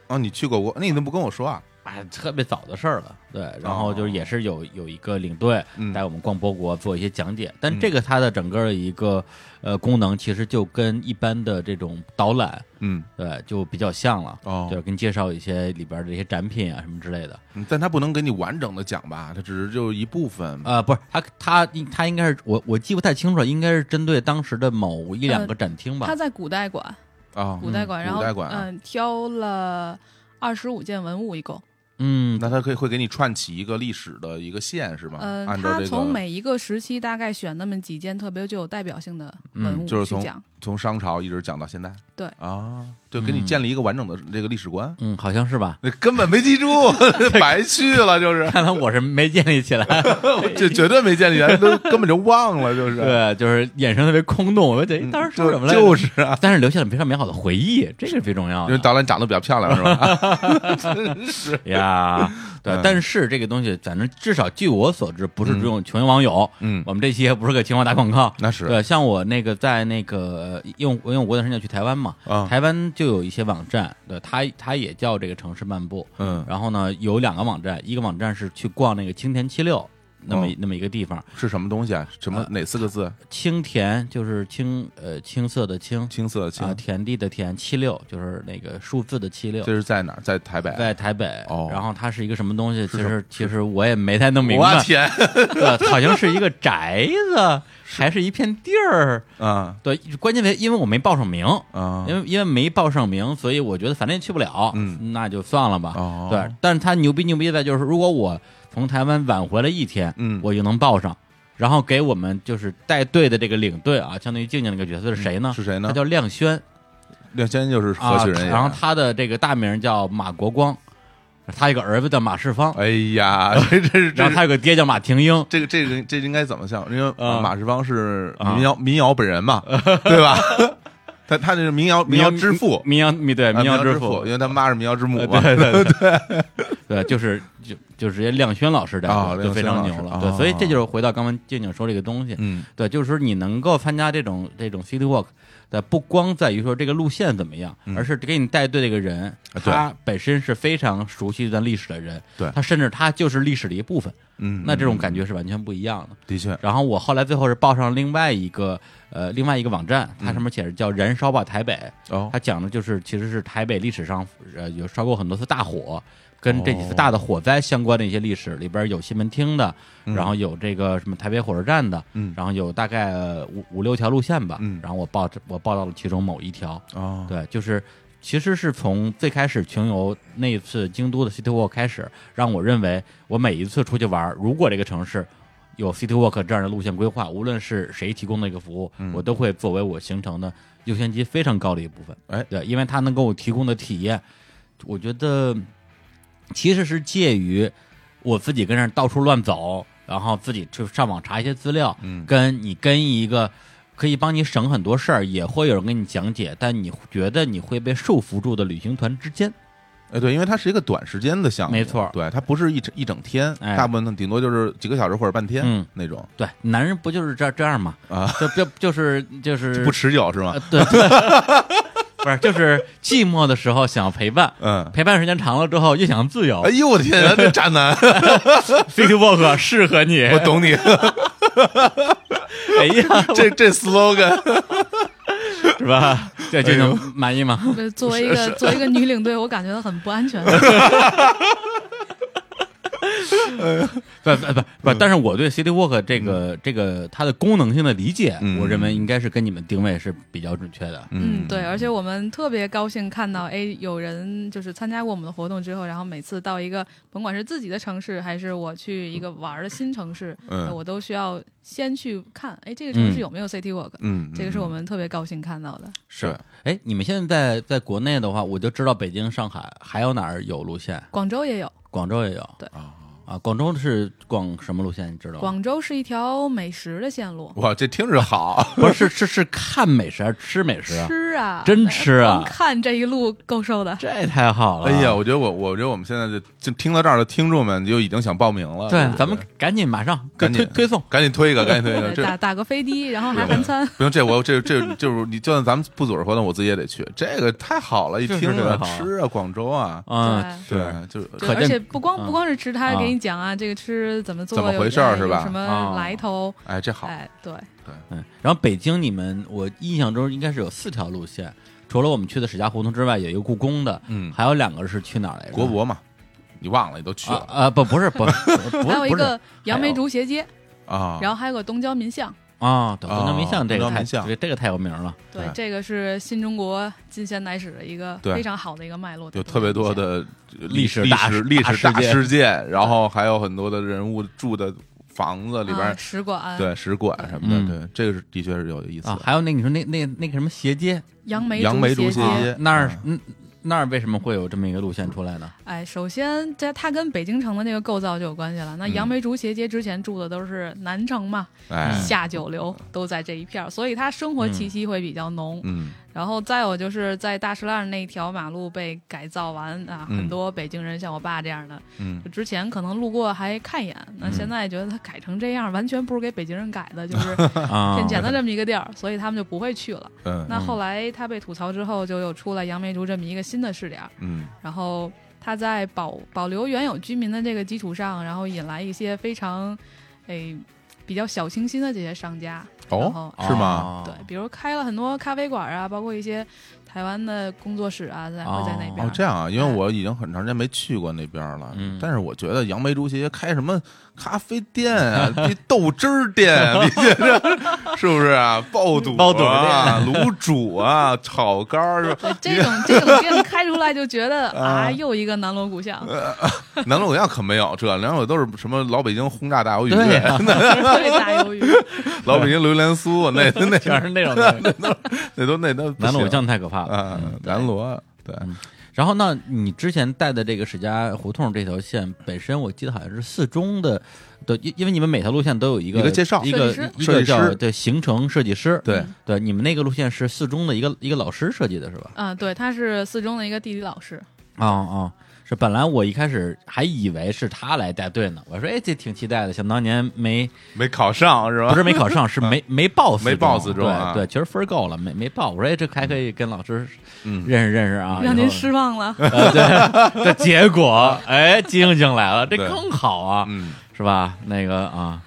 哦，你去过我，那你怎么不跟我说啊？哎，特别早的事儿了，对，然后就是也是有有一个领队哦嗯带我们逛博国，做一些讲解，但这个它的整个的一个呃功能，其实就跟一般的这种导览，嗯，对，就比较像了，哦就是跟介绍一些里边儿的一些展品啊什么之类的，嗯但他不能给你完整的讲吧？他只是就一部分。啊，不是，它它它应该是我我记不太清楚了，应该是针对当时的某一两个展厅吧他，在古代馆，啊，古代馆，嗯然后古代嗯、馆啊挑了二十五件文物一共，嗯，那他可以会给你串起一个历史的一个线是吗？嗯、啊按照他这从个每一个时期大概选那么几件特别具有代表性的文嗯物就是去从讲，从商朝一直讲到现在。对啊，就给你嗯建立一个完整的这个历史观。 嗯，好像是吧？那根本没记住， 白去 了，就是看来我是没建立起来，这绝对没建立起来，都根本就忘了，就是对，就是眼神特别空洞。我觉得嗯哎当时就说什么来着？就是啊，但是留下了非常美好的回忆，这个是最重要因为的导览长得比较漂亮，是吧？真 是，呀。对嗯，但是这个东西，反正至少据我所知，不是只有穷游网友。嗯，我们这期也不是给秦皇打广告，那是对，像我那个在那个，呃因为我因为我过段时间要去台湾嘛，啊，台湾就有一些网站，对，它它也叫这个城市漫步。嗯，然后呢，有两个网站，一个网站是去逛那个青田七六那哦么、那么一个地方，是什么东西啊？什呃么哪四个字？青田就是青呃青色的青青色青啊，，田地的田，七六就是那个数字的七六这。是在哪儿？在台北。在台北，哦然后它是一个什么东西？其什实其实我也没太弄明我 白，天对好像是一个宅子，还是一片地儿？啊对，关键为因为我没报上名，啊！因为因为没报上名，所以我觉得反正也去不了，嗯那就算了吧。哦对，但是他牛逼牛逼在就是，如果我从台湾晚回来一天，嗯我就能报上，然后给我们就是带队的这个领队啊，相当于静静那个角色是谁呢？嗯是谁呢他？叫亮轩亮先就是何啊，许人也？然后他的这个大名叫马国光，他有个儿子叫马世芳，哎 呀，这这是然这后是他有个爹叫马廷英，这个这个这应该怎么像？因为啊马世芳是啊民谣民谣本 人嘛，对吧？他他这是民谣民谣之父，民谣民对啊民民谣之父因，为他妈是民谣之母呃嘛。对对对对，就是就就直接亮轩老师带啊的，就亮非轩常老牛师了。啊对，所以这就是回到刚刚静静说这个东西， 嗯对，就是说你能够参加这种这种 city walk。对，不光在于说这个路线怎么样，而是给你带队这个人，嗯啊对他本身是非常熟悉这段历史的人，对他甚至他就是历史的一部分，嗯，那这种嗯感觉是完全不一样的。的确，然后我后来最后是报上另外一个呃另外一个网站，嗯它上面写着叫“燃烧吧台北”，哦它讲的就是其实是台北历史上呃有烧过很多次大火，跟这几次哦大的火灾相关的一些历史里边有西门町的，然后有这个什么台北火车站的，嗯然后有大概呃五五六条路线吧，嗯然后我报我报到了其中某一条，哦，对，就是其实是从最开始穷游那一次京都的 City Walk 开始，让我认为我每一次出去玩儿，如果这个城市有 City Walk 这样的路线规划，无论是谁提供的一个服务，嗯我都会作为我行程的优先级非常高的一部分。哎对，因为它能给我提供的体验，我觉得其实是介于我自己跟那儿到处乱走，然后自己去上网查一些资料，嗯跟你跟一个可以帮你省很多事儿，也会有人给你讲解，但你觉得你会被束缚住的旅行团之间，哎，对，因为它是一个短时间的项目，没错对，它不是一整一整天，哎大部分顶多就是几个小时或者半天、嗯那种对，男人不就是这这样吗？啊，就就就是就是不持久是吗呃？对 对，不是就是寂寞的时候想要陪伴，嗯，陪伴时间长了之后又想自由哎呦我的天啊，这渣男， ，City Walk 适合你。我懂你，哎呀，这这 slogan 是吧？对，哎这种满意吗？ 呃作为一个作为一个女领队，我感觉到很不安 全。嗯不不不不，嗯但是我对 City Walk 这个、这个它的功能性的理解，嗯我认为应该是跟你们定位是比较准确的。 嗯，对，而且我们特别高兴看到，哎，有人就是参加过我们的活动之后，然后每次到一个甭管是自己的城市，还是我去一个玩儿的新城市，嗯呃我都需要先去看，哎，这个城市有没有 City Walk？、嗯，这个是我们特别高兴看到的。是哎，你们现在在在国内的话，我就知道北京、上海还有哪儿有路线，广州也有，哦广州也有。对啊，广州是逛什么路线？你知道吗？广州是一条美食的线路，哇，这听着好，不是是是是看美食还是吃美食啊？吃啊，真吃啊光看这一路够瘦的。这太好了！哎呀，，我觉得我我觉得我们现在就就听到这儿的听众们就已经想报名了，对不，咱们赶紧马上赶紧推推送。赶紧推一个，赶紧推一个，对这打打个飞的，然后还对含餐，不用，这我这这就是你，就算咱们不组织活动，我自己也得去。这个太好了，一是听是着太好了吃啊，广州啊，啊，对对，就是对，可而见且不光嗯不光是吃，他还啊给你讲啊，这个吃怎么做，怎么有回事儿哎是有吧什么啊来头？哎，这好，哎，对，嗯，然后北京你们，我印象中应该是有四条路线，除了我们去的史家胡同之外，有一个故宫的，嗯，还有两个是去哪儿来着？国博嘛，你忘了，你都去啊了啊不不是不不 还有是哎一不是个杨梅竹斜街，啊。然后还有个东郊民巷。啊，对，哦东交民巷这个东交太民巷这个这个太有名了，对对，这个是新中国近现代史的一个哎对非常好的一个脉络。有特别多，的历历史历大史事历史大大事件事件，然后还有很多的人物住的房子里边啊儿，使馆，对使馆什么嗯的，对，这个是的确是有意思哦啊，。还有那你说那那那个什么斜街杨梅杨梅竹斜斜啊街那儿啊，嗯那儿为什么会有这么一个路线出来 呢？哎，首先这它跟北京城的那个构造就有关系了。那嗯杨梅竹斜街之前住的都是南城嘛，哎，下九流都在这一片儿，所以它生活气息会比较浓。嗯然后再有就是在大石烂那条马路被改造完啊，嗯很多北京人像我爸这样的，嗯就之前可能路过还看一眼，那嗯现在觉得它改成这样，完全不是给北京人改的，就是 啊骗，钱的这么一个地儿，所以他们就不会去了。嗯那后来它被吐槽之后，就又出了杨梅竹这么一个新的试点儿。嗯然后它在保保留原有居民的这个基础上，然后引来一些非常，诶、比较小清新的这些商家，然哦后，是吗？哦对， 比如开了很多咖啡馆啊，包括一些台湾的工作室啊，在会在那边。哦哦，这样啊，因为我已经很长时间没去过那边了，嗯但是我觉得杨梅竹斜开什么咖啡店 啊，比豆汁儿店， 你觉着是不是啊？爆肚、啊、爆肚啊、 卤煮啊、炒肝儿， 对 这种这种店开出来就觉得啊，又一个南锣鼓 巷，南锣鼓巷可没有这，南锣鼓巷都是什么老北京轰炸大鱿鱼，对啊对大鱿鱼， 老北京榴莲 酥，那那全是那种东西那都那都不南锣鼓行巷嗯太可怕了。嗯啊，南锣对，然后，那你之前带的这个史家胡同这条线本身，我记得好像是四中的，对，因因为你们每条路线都有一个一个介绍一个设计师一设个计师叫对行程设计师，嗯对对，你们那个路线是四中的一个一个老师设计的是吧？嗯，对，他是四中的一个地理老师，嗯啊啊，是本来我一开始还以为是他来带队呢，我说哎，这挺期待的，想当年没没考上是吧？不是没考上，是没没报四中没报四中啊对对，其实分儿够了，没没报，我说哎，这还可以跟老师嗯认识认识啊，让以您后失望了。呃，对，这结果，哎，静静来了，这对更好啊，嗯，是吧？那个啊，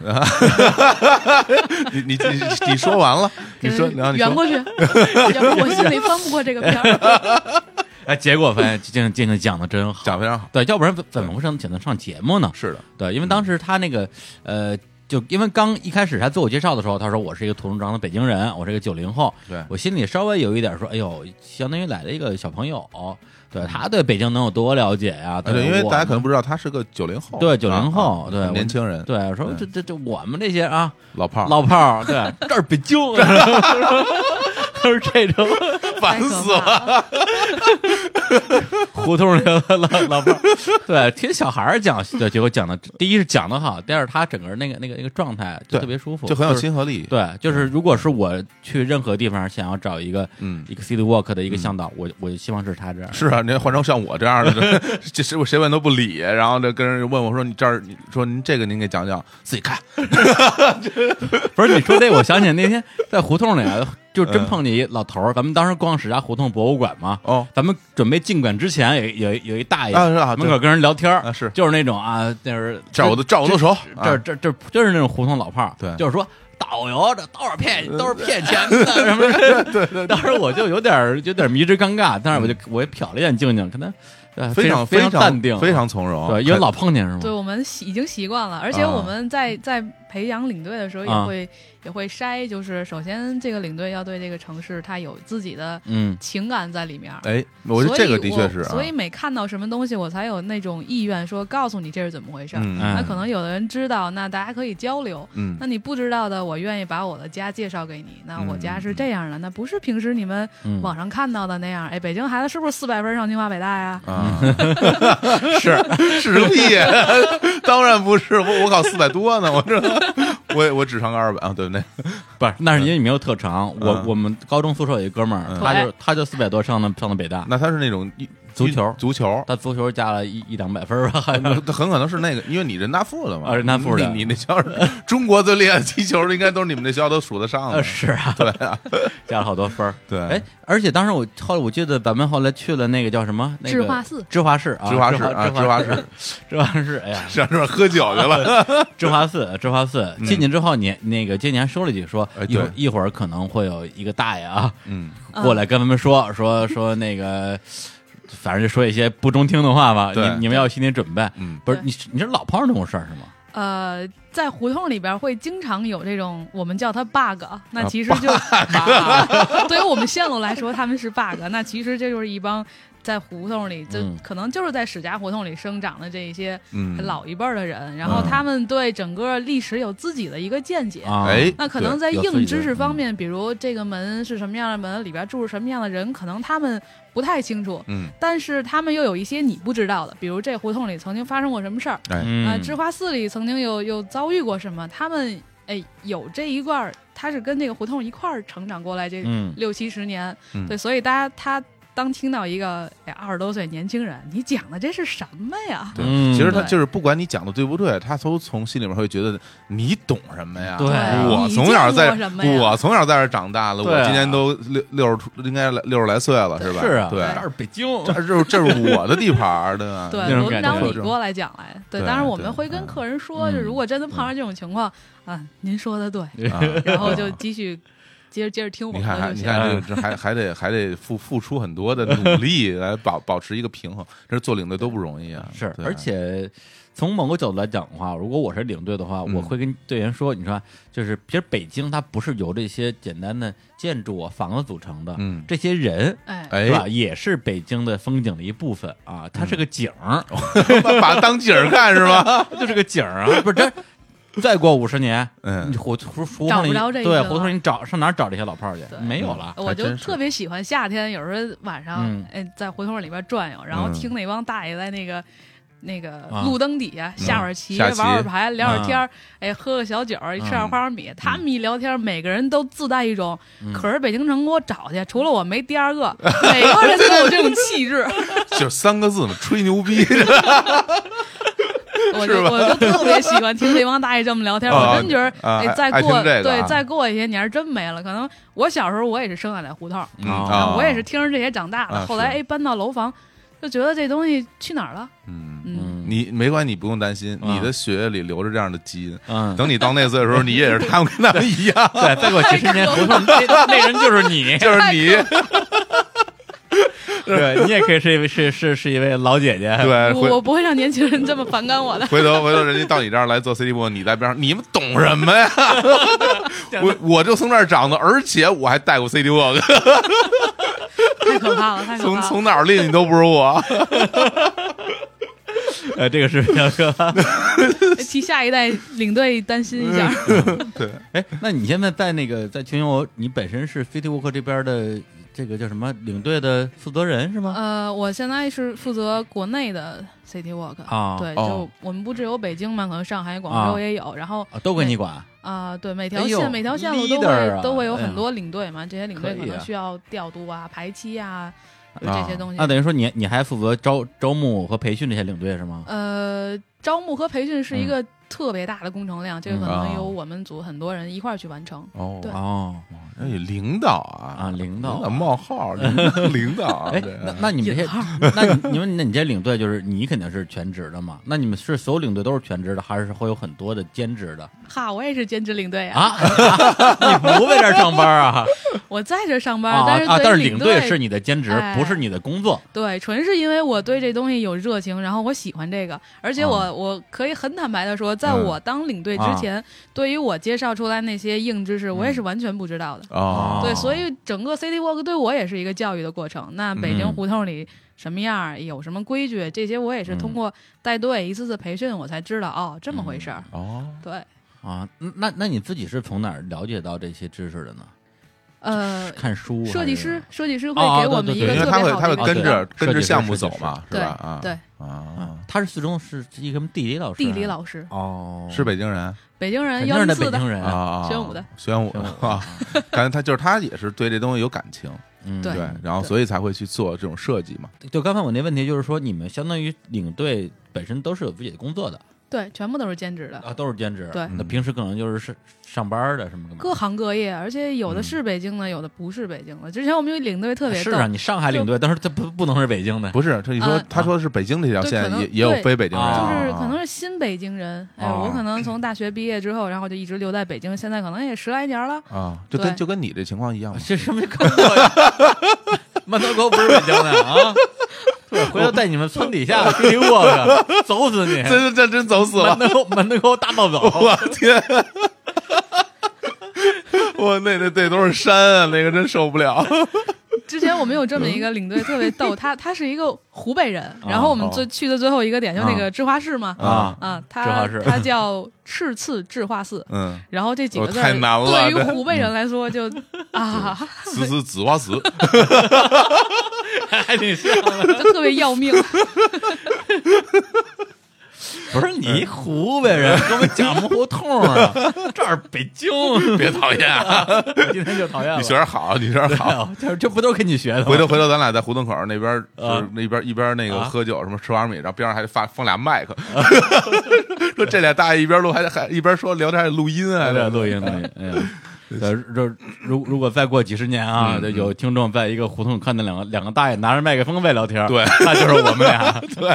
你你你你说完了， 你说，然后你圆说，过去， 要不我心里翻不过这个片儿。哎，结果发现静静静静讲的真好，讲非常好，对，要不然怎怎么会上请他上节目呢？是的，对，因为当时他那个呃，就因为刚一开始他自我介绍的时候，他说我是一个土生土长的北京人，我是一个九零后，对我心里稍微有一点说，哎呦，相当于来了一个小朋友，对他对北京能有多了解呀、啊，对，因为呃我大家可能不知道，他是个九零后，对九零啊后，啊对我年轻人，对，我说嗯这这这我们这些啊老炮 儿，老炮儿，对， 这儿北京，都是这种烦死了，了！胡同里的老老炮儿，对，听小孩儿讲，对，结果讲的，第一是讲的好，第二他整个那个那个那个状态就对特别舒服，就很有就是亲和力，，对，就是如果是我去任何地方想要找一个嗯。一个 city walk 的一个向导，我我希望是他这样。是啊，你换成像我这样的， 这这谁谁问都不理，然后这跟人问我说你这儿，你说您这个您给讲讲，自己看， 不是你说这，我想起那天在胡同里啊， 就真碰见一老头嗯儿。咱们当时逛史家胡同博物馆嘛，哦，咱们准备进馆之前，有有有一大爷啊是啊门对口跟人聊天儿啊是就是那种啊，就是这儿我都这儿我都熟，这儿这儿这儿就是那种胡同老炮儿，对呃就是说导游这都是骗都是骗钱 的什么的。对对，当时我就有点儿有点儿迷之尴尬，但是我就我也瞟了一眼静静，看她呃啊非嗯常非常淡定，非常从容，对，因为很老碰见是对，吗？我们习已经习惯了，而且嗯啊我们在在培养领队的时候也啊会也会筛，就是首先这个领队要对这个城市他有自己的嗯，情感在里面。哎，我觉得所这以个的我确是啊，所以每看到什么东西，我才有那种意愿说告诉你这是怎么回事儿。嗯那哎可能有的人知道，那大家可以交流。嗯 那你不知道的，我愿意把我的家介绍给你。那我嗯家嗯是嗯这样的，那不是平时你们嗯网上看到的那样。哎，北京孩子是不是四百分上清华北大呀？啊，是 是个屁，当然不是，我我考四百多呢，我这我我只上个二百啊，对不对？不是，那是因为你没有特长。我嗯我们高中宿舍有一哥们儿，嗯他就他就四百多上的上的北大，那他是那种一足球足球，他足球加了一一两百分儿吧，还 那很可能是那个，因为你人大附的嘛，啊人大附的你你那学校是中国最厉害的踢球的，应该都是你们那学校都数得上呃的。是啊，对啊， 加了好多分儿。对，哎，，而且当时我后来我记得咱们后来去了那个叫什么？那个智化寺智化寺啊，芝华士啊，芝智 华化士寺，智化寺，哎呀，上这边喝酒去了。智化寺， 智化寺。进去之后，你那个今年说了一句说哎，一会儿对一会儿可能会有一个大爷啊嗯，过来跟他们说说说那个。反正就说一些不中听的话吧，对你你们要有心理准备。嗯不是对你，你是老碰上这种事儿是吗？呃，在胡同里边会经常有这种，我们叫它 bug，那啊其实就 对于我们线路来说，他们是 bug，那其实这就是一帮在胡同里，就嗯可能就是在史家胡同里生长的这一些嗯，老一辈儿的人，然后嗯他们对整个历史有自己的一个见解。啊，哎那可能在有自己硬的嗯知识方面，比如这个门是什么样的门，里边住着什么样的人，可能他们不太清楚。嗯，但是他们又有一些你不知道的，比如这胡同里曾经发生过什么事儿，嗯，啊呃，芝华寺里曾经有有遭遇过什么？他们哎有这一段儿，他是跟这个胡同一块儿成长过来这嗯六七十年，嗯对，所以大家他当听到一个哎二十多岁年轻人，你讲的这是什么呀？对，嗯其实他对就是不管你讲的对不对，他都从心里面会觉得你懂什么呀？对啊我你从小见在过什么呀我从小在这儿长大了，对啊我今年都六六十出，应该六十来岁了，是吧？是啊，对，这是北京，这这这是我的地盘儿，对吧？嗯对那，种文感章觉你过来讲来，对，对当然我们对会跟嗯客人说，嗯就如果真的碰上这种情况啊，您说 的对，啊然后就继续接着接着听 我你们看，还的就你行。看这个，这还还得还得付付出很多的努力来保 保持一个平衡，这是做领队都不容易啊。是，对而且从某个角度来讲的话，如果我是领队的话，嗯我会跟队员说，你说啊就是其实北京它不是由这些简单的建筑啊、房子组成的，嗯，这些人。哎，对哎嗯吧？，也是北京的风景的一部分啊，它是个景儿，把 把它当景儿看 是吧？就是个景儿啊，不是这。再过五十年，嗯你胡胡胡找同不里着这对个胡同里你找上哪儿找这些老炮儿去对？没有了，我啊还就真是特别喜欢夏天，有时候晚上、嗯哎在胡同里边转悠，然后嗯听那帮大爷在那个。那个啊路灯底下下会儿棋，嗯下玩棋会儿牌，聊会儿天儿，哎，喝个小酒儿，吃点嗯花生米。他们一聊天，每个人都自带一种嗯，可是北京城给我找去，除了我没第二个， 每个人都有这种 气质。就三个字嘛，吹牛逼。我就我就特别喜欢听这帮大爷这么 聊天，啊我真觉得，啊哎，再爱过听这个对啊再过一些年真没了。可能我小时候我也是生长在胡同，嗯啊我也是听着这些长大的，啊后来是哎搬到楼房，就觉得这东西去哪儿了？嗯，嗯，嗯 你没关系，你不用担心，啊你的血液里留着这样的基因。嗯，等你到那岁的时候，你也是他们跟他们一 样，对，再过几十年胡同那那人就是 你，就是你对你也可以是一位是是是一位老姐姐，对我我回。。不会让年轻人这么反感我的回头回头，人家到你这儿来做 CD 播，你在边上，你们懂什么 呀？我我就从这儿长的，而且我还带过 CD 播，太可怕了，太可从怕了。从哪儿练你都不如我。呃，这个是比较可怕。替下一代领队担心一下，对， 哎，那你现在在那个在群游，你本身是 City Walk 这边的这个叫什么领队的负责人是吗？ 呃，我现在是负责国内的 City Walk，啊对，哦就我们不只有北京嘛，可能上海、广州啊也有，然后啊，都归你管。啊，对，每条哎呦线每条线路都 leader 啊会都会有哎呀很多领队嘛，这些领队可以可啊能需要调度啊、排期啊，有这些东西那。等于说你你还负责招招募和培训这些领队是吗？呃，招募和培训嗯是一个特别大的工程量，这个可嗯能啊哦有我们组很多人一块儿去完成。 哦对哦，哎，领导啊啊领导啊冒 号，领导领导啊，哎这，那那你们这些，引号那你 你们那你这领队就是你肯定是全职的嘛？那你们是所有领队都是全职的，还是会有很多的兼职的哈，我也是兼职领队啊，啊？ 你不为这儿上班 啊？我在这上班，啊但是啊！但对是于领队队是你的兼职，哎不是你的工作。对，纯是因为我对这东西有热情，然后我喜欢这个，而且我、啊我可以很坦白的说，在嗯我当领队之啊前，对于我介绍出来那些硬知识，我也嗯是完全不知道的。哦，对，所以整个 City Walk 对我也是一个教育的过程。那北京嗯胡同里什么样儿，有什么规矩，这些我也是嗯通过带队一次次培训，我才知道哦，这么回事儿。嗯哦，对，啊，嗯那那你自己是从哪儿了解到这些知识的呢？ 呃，看书还是？设计师，设计师哦哦会给我对们对一个对因为特他别会好他的会一个跟着哦对跟设着计师项目设走计师嘛，是对吧？啊，对啊啊，，他是四中是一个什么地理老师啊？地理老师，哦，是北京人北京人肯幺定是零那四北京的，人啊，啊，宣武的，宣武宣武啊， 感觉他就是他也是对这东西有感情，嗯，对对，然后对所以才会去做这种设计嘛，就刚才我那问题就是说，你们相当于领队本身都是有自己的工作的对，全部都是兼职的，啊，都是兼职。对那平时可能就是上上班的什么干嘛各行各业，而且有的嗯是北京的，有的不是北京的。之前我们有领队特别是逗，啊，你上海领队，但是这不不能是北京的。不是？这你说啊他说的是北京这条对线可能也也有对非北京人就啊，就是可能是新北京人，哎，哦我可能从大学毕业之后，然后就一直留在北京，现在可能也十来年了。啊，就跟对就 跟你这情况一样嘛，这什么工作呀？曼德国不是北京的啊？回头在你们村底下给你握个，走死你！真这真走死门了！头沟门头沟大暴走，我天！我那那那都是山啊，那个真受不了。 之前我们有这么一个领队特别逗，他他是一个湖北人，然后我们最去的最后一个点就那个智化寺嘛，啊啊，智化他寺他叫赤次智化寺，嗯，然后这几个字哦太难了对这于湖北人来说就啊，死死紫花 死，还挺像的。 就特别要命。不是你湖北人，跟我们讲模糊通啊，这儿北京，别讨厌啊！我今天就讨厌了。你学点好，你学点哎 好。呦这这不都跟你学的吗？回头回头，咱俩在胡同口那边，就是啊那边一边那个啊喝酒什么吃花生米，然后边上还发放俩麦 克，说这俩大爷一边录还还一边说聊天还录音啊，对，录音录音。哎 呀，对，这如如果再过几十年啊，嗯就有听众在一个胡同看到两个两个大爷拿着麦克风在聊天，对，那就是我们 俩。对，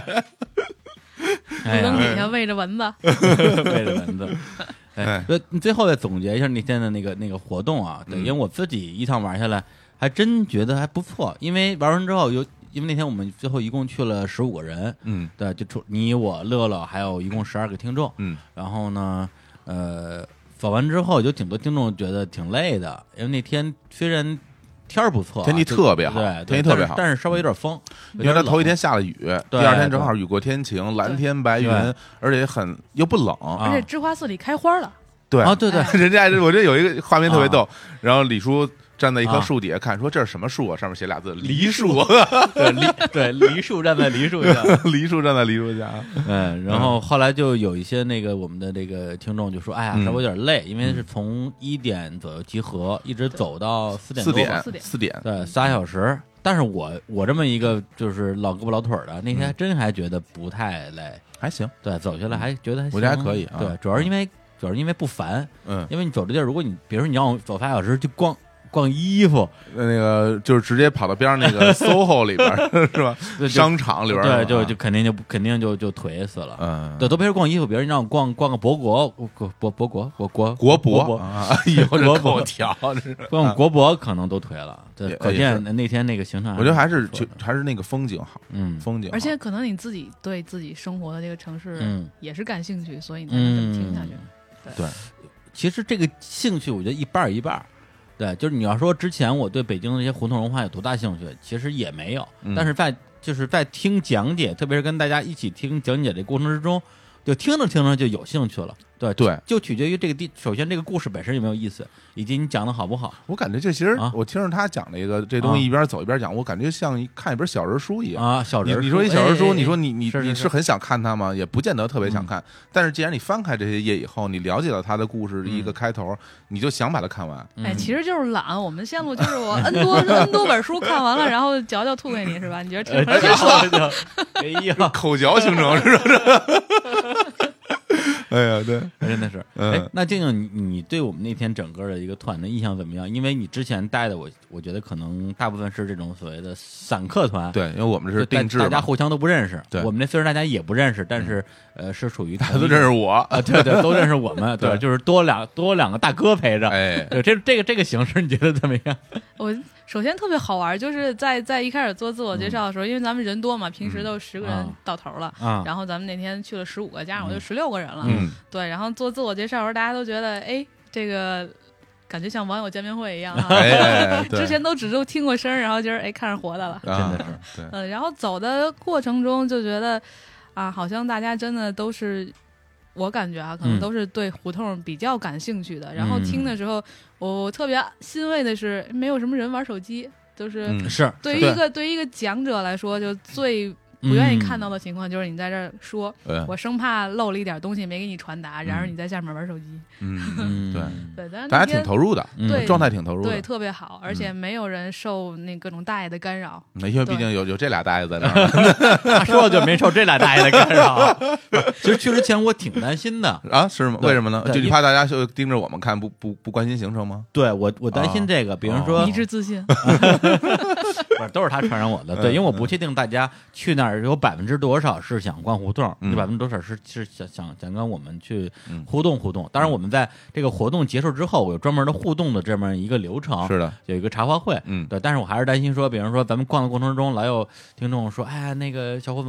哎扔呀，底下喂着蚊子， 背着 蚊子。哎哎，嗯那你最后再总结一下那天的那个那个活动啊，对，因为我自己一趟玩下来，还真觉得还不错。因为玩完之后有，因为那天我们最后一共去了十五个人，嗯对，就除你我乐乐，还有一共十二个听众，嗯，然后呢，呃，走完之后有挺多听众觉得挺累的，因为那天虽然天儿不错啊、天气就特别好对，对天气特别但是好但是稍微有点风，因为它头一一天下了雨，第对二天正好雨过天晴，蓝天白云对，而且很又不冷。啊而且智化寺里开花了，对啊，对对， 人家我这有一个画面特别逗，然后李叔站在一棵啊树底下看，说这是什么树啊？上面写俩字“梨树。对梨对梨树站在梨树下，” 梨树站在梨树下，嗯，然后后来就有一些那个我们的这个听众就说，哎呀，嗯稍微有点累，因为是从一点左右集合，一直走到四点四多点吧，四点四点，对，仨小时。但是我我这么一个就是老胳膊老腿儿的，那嗯天还真还觉得不太累，还行，对，走下来还觉得还行嗯我觉得还可以啊对，主要是因为主要是因为不烦，嗯，因为你走这地儿，如果你比如说你让我走仨小时去逛逛衣服，那个就是直接跑到边上那 个 SOHO 里边儿是吧？对就商场里边儿对，是吧就就肯定就不肯定就就颓死了。嗯，对，都别说逛衣服，别人让我逛逛个博国，国博博国国国国国博啊，哎呦，国这博嗯口条，这是逛国博可能都颓了。对也，可也见是那天那个行程，我觉得还是不错就的还是那个风景好，嗯风景好，而且可能你自己对自己生活的这个城市嗯也是感兴趣，所以你才能这么听下嗯去。，对，其实这个兴趣我觉得一半儿一半儿。对，就是你要说之前我对北京的这些胡同文化有多大兴趣，其实也没有，嗯但是在就是在听讲解，特别是跟大家一起听讲解这过程之中，就听着听着就有兴趣了。对对就取决于这个地，首先这个故事本身有没有意思，以及你讲的好不好我感觉这其实啊我听着他讲这个这东西一边走一边讲，我感觉像一看一本小人书一样。啊。小你人儿，你说一小哎人哎书，哎你说你你是是你是是很嗯想看它吗？也不见得特别想看。但是既然你翻开这些页以后，你了解了它的故事一个开头，你就想把它看 完。哎，其实就是懒。我们的线路就是我 n 多 n 多本书看完了，然后嚼嚼吐给你是吧？你觉得听着就爽？哎呀，口嚼形成是不是？ 哎呀，对， 真的是。嗯哎，那静静，你你对我们那天整个的一个团的印象怎么样？因为你之前带的我，我觉得可能大部分是这种所谓的散客团， 对，因为我们就是大，定制大家嘛，互相都不认识。对嗯我们那虽然大家也不认识，但是呃，是属于大大家都认识我。哎啊，对对，都认识我 们，对，对就是多两多两个大哥陪着。哎，对，这这个这个形式你觉得怎么样？我首先特别好玩，就是在在一开始做自我介绍的时嗯候，因为咱们人多嘛，平时都十个人啊到头了，啊然后咱们那天去了十五个，加上我就十六个人了。嗯，对，然后做自我介绍的时候，大家都觉得哎，这个感觉像网友见面会一样啊。哎哎，哎对之前都只是听过声儿，然后今儿哎看着活的了。啊真的是 对，嗯，然后走的过程中就觉得，啊，好像大家真的都是，我感觉啊，可能嗯都是对胡同比较感兴趣的。然后听嗯的时候，我特别欣慰的是，没有什么人玩手机，就是嗯是对于对一个对于一个讲者来说，就最不愿意看到的。的情况就是你在这儿说，嗯我生怕漏了一点东西没给你传达，然而嗯你在下面玩手机。嗯，嗯，对对，但是大家那挺天投入的，嗯对状态挺投入对的。嗯特别好，而且没有人受那各种大爷的干扰。那因为毕对竟有有这俩大爷在那儿他说就没受这俩大爷的干 扰。啊其实去之前我挺担心的，啊，是吗？对为什么呢？对就你因怕大家就盯着我们看，不不不关心行程吗？啊对我我担心这个，比如说哦 一致自信，反正都是他传染我的。对，嗯因为我不确定大家去那儿有百分之多少是想逛胡同，嗯有百分之多少是是想想想跟我们去嗯互动互动。当然，我们在这个活动结束之后，我有专门的互动的这么一个流程，是的，有一个茶话会，嗯对。但是我还是担心说，比如说咱们逛的过程中，老有听众说，哎呀，那个小伙嗯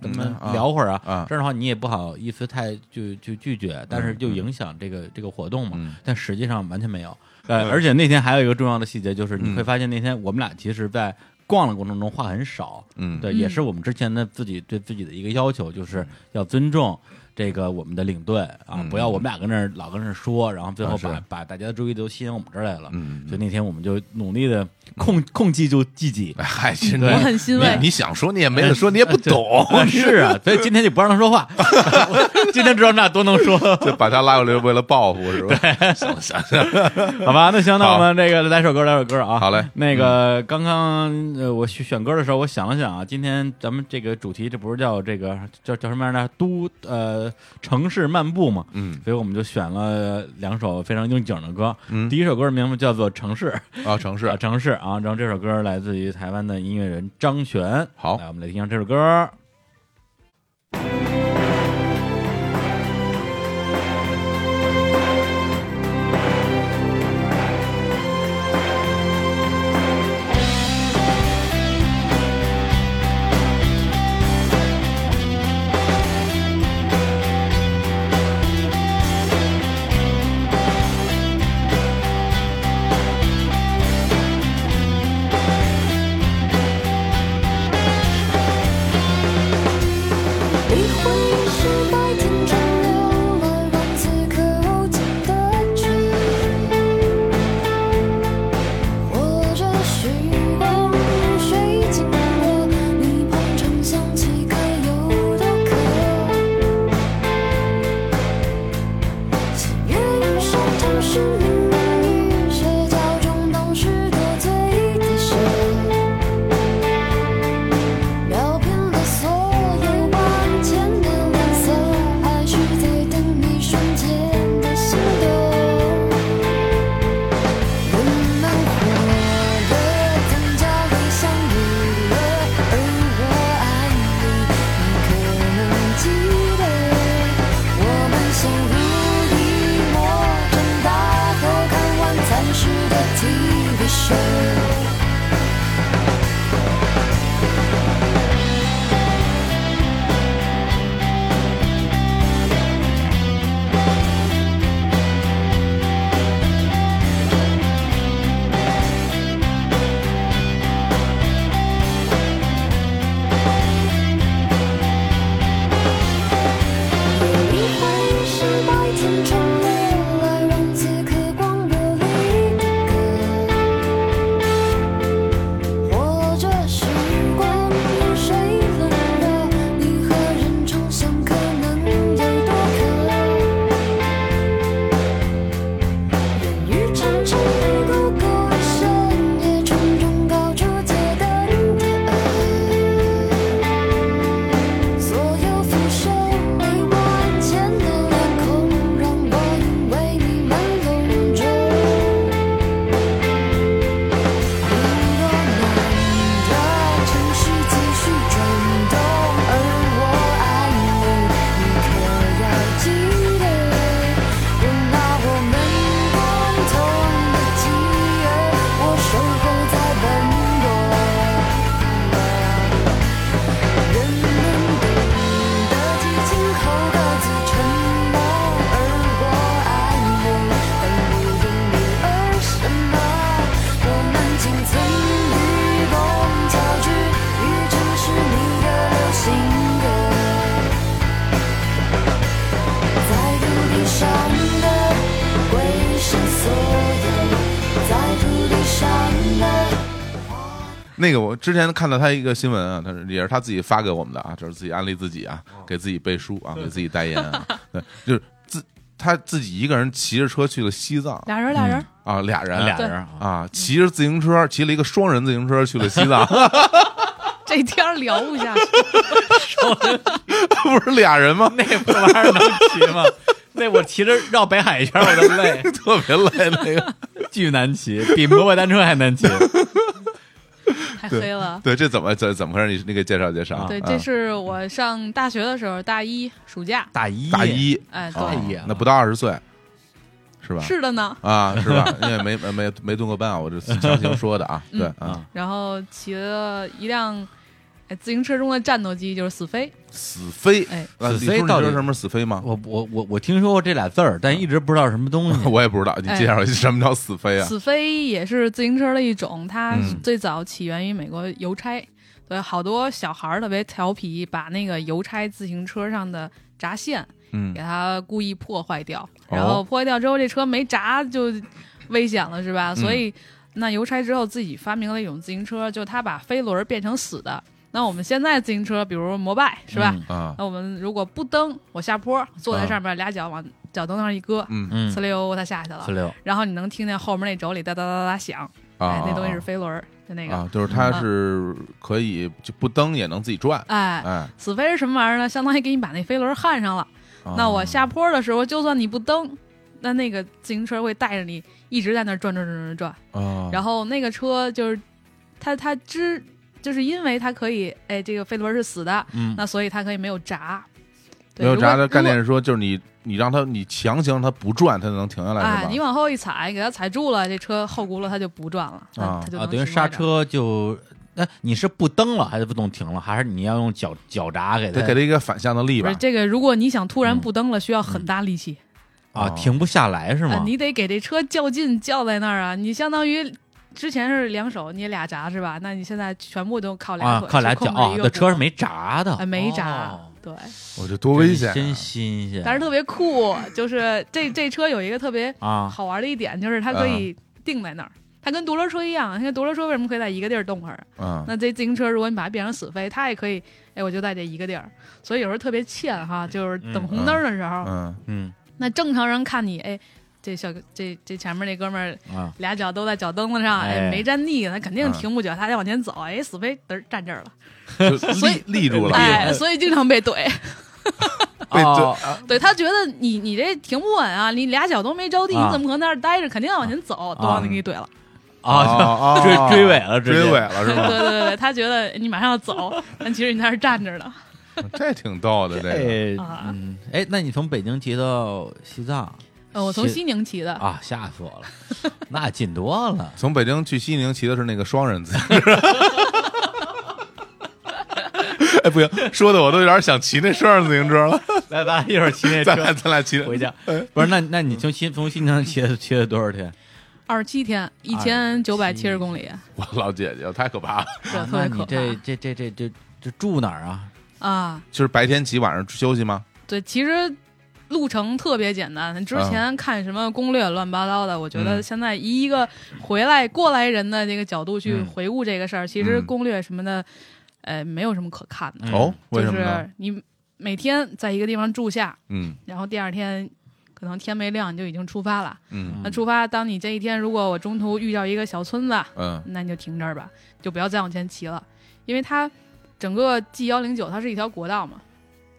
总，咱们嗯啊聊会儿啊这样的话你也不好意思太就就拒绝，但是就影响这个这个活动嘛。嗯但实际上完全没有。呃，而且那天还有一个重要的细节，就是嗯你会发现那天我们俩其实，在逛的过程中话很少。嗯，对，嗯也是我们之前的自己对自己的一个要求，就是要尊重这个我们的领队啊，嗯不要我们俩跟那儿老跟那儿说，然后最啊后是把把大家的注意力都吸引我们这儿来了。嗯，所以那天我们就努力的控控制住自己。嗨，真对我的，很欣慰你。你想说你也没得说，你也不懂，啊 是 啊，所以今天就不让他说话。我今天知道那多能 说，就把他拉过来为了报复是吧？想想想，好吧，那行，那好我们这个来首歌，来首歌啊。好嗯嘞那个刚刚呃，我选选歌的时候，我想了想啊，今天咱们这个主题，这不是叫这个叫叫什么来着？都呃城市漫步嘛。嗯所以我们就选了两首非常应景的歌。嗯第一首歌的名字叫做《城市》，啊，城市啊，城市啊。然后这首歌来自于台湾的音乐人张悬。好来，我们来听一下这首歌。一晃一瞬，白天转亮了，让此刻无尽的去。或者时光如水经过，你捧场想起该有的歌。喜悦与伤痛是命运与邪教中懂事得罪的事。绕遍了所有万千的蓝色，还是在等一瞬间的心动。人们活得更加理想娱乐，而我爱你，你可能记得。我们陷入一幕睁大后看完暂时的 TV show。一晃一世，白天重流了，让此刻光流里的歌。或者时光如水冷热，你和人重相可能有多渴？人与常常不够够深夜重重高处街灯的恶。所有俯首为万千的脸孔，让我因为你们笼罩。你若难得，城市继续转动，而我爱你，你可要记得，容纳我们共同的饥饿，我守候在温柔。人们变得激情后各自沉默，而我爱你，但不因你而什么。我们仅曾与共交织，于城市里的流行歌，在土地上的归身所有，在土地上的。那个我之前看到他一个新闻啊，他是也是他自己发给我们的啊，就是自己安利自己啊，给自己背书啊，给自己代言啊，对，就是自他自己一个人骑着车去了西藏俩人，俩人，啊，俩人俩人啊，啊，骑着自行车，骑了一个双人自行车去了西藏，这天儿聊不下去。不是俩人吗？那破玩意儿能骑 吗？那我骑着绕北海一圈我都累，特别累那个， 巨难骑，比摩拜单车还难骑。太黑了。对，这怎么怎怎么回事？你那个介绍介绍。对，啊这是我上大学的时候，大一暑假，大一大一，哎，哦对，野了那不到二十岁，是吧？是的呢。啊，是吧？ 因为没没没没蹲过班啊，我这强行说的啊。嗯对啊，然后骑了一辆哎自行车中的战斗机，就是死飞。死飞，哎，啊死李飞叔你到知道底什么是死飞吗？我我我我听说过这俩字儿，嗯但一直不知道什么东西。 我也不知道，你介绍一下什么叫死飞啊？哎死飞也是自行车的一种，它嗯最早起源于美国邮差，对，好多小孩儿特别调皮，把那个邮差自行车上的闸线嗯给，它故意破坏掉，哦然后破坏掉之后这车没闸就危险了，是嗯吧？所以那邮差之后自己发明了一种自行车，就他把飞轮变成死的。那我们现在自行车，比如摩拜，是吧？嗯啊，那我们如果不蹬，我下坡坐在上面，俩脚往脚蹬上一搁，嗯嗯呲，溜，它下去了四。六然后你能听见后面那轴里哒哒哒哒响，哎啊，，那东西是飞轮儿，就那个，嗯啊，就是它是可以就不蹬也能自己转，哎，哎，死飞是什么玩意儿呢？相当于给你把那飞轮儿焊上了。啊那我下坡的时候，就算你不蹬，那那个自行车会带着你一直在那儿转转转转转。啊，然后那个车就是它它之就是因为它可以，哎，这个飞轮儿是死的，嗯那所以它可以没有闸。对没有闸的概。念如果是说，就是你你让它你强行让它不转，它就能停下如果来哎，是你吧？往后一踩，给它踩住了，这车后轱辘它就不转了，它啊它就啊，能等于停刹在这车儿。就哎，你是不蹬了还是不动停了，还是你要用脚脚闸给它得给它一个反向的力不吧是。这个，如果你想突然不蹬了，需要很大力气。啊哦停不下来嗯是啊吗？，你得给这车较劲，较在那儿啊！你相当于之前是两手捏俩闸是吧？那你现在全部都靠俩啊腿，靠俩去脚控制啊一，个那车是轱辘没闸的，哎没闸，哦对，我这多真危险啊！真新鲜。但是特别酷。就是这这车有一个特别啊，嗯好玩的一点，就是它可以定在那儿。它跟独轮车一样，它跟独轮车为什么可以在一个地儿动会儿？嗯，那这自行车如果你把它变成死飞，它也可以，哎，我就在这一个地儿。所以有时候特别欠哈，就是等红灯的时候，嗯嗯那正常人看你，哎，这小这这前面那哥们儿啊，俩脚都在脚蹬子上，哎哎，没站地，他肯定嗯停不久，他得往前走，哎，死飞嘚儿站 这儿了，就所以立立住了，哎，所以经常被怼， 被啊哦对他觉得你你这停不稳啊，你俩脚都没着地，啊你怎么可能在那儿待着？肯定要往前走，都让你给怼 了，啊，啊追追尾了直接追尾了是对 吧？对对对，他觉得你马上要走， 但其实你在那儿站着呢，这挺逗的，这个哎啊嗯，哎，那你从北京骑到西藏呃，我从是西宁骑的，啊，吓死我了， 那近多了。 从北京去西宁骑的是那个双 人自行车。哎，不行，说的我都有点想骑那双人自 行车了。来，咱一会儿骑那咱俩咱俩骑 回家。嗯不是，那那你从新从新疆骑的骑了多少 天？二十七天，一千九百七十公里，我老姐姐太可怕了，对，啊特哎那你别可这怕这这这这这住哪儿啊？啊，就是白天骑，晚上休息吗？对，其实。路程特别简单，之前看什么攻略乱七八糟的，我觉得啊嗯现在以一个回来过来人的这个角度去嗯回顾这个事儿，其实嗯攻略什么的，呃，没有什么可看的。嗯哦，为就什么呢？是你每天在一个地方住下，嗯然后第二天可能天没亮你就已经出发了。嗯那出发，当你这一天如果我中途遇到一个小村子，嗯那你就停这儿吧，就不要再往前骑了，因为它整个 G 幺零九它是一条国道嘛，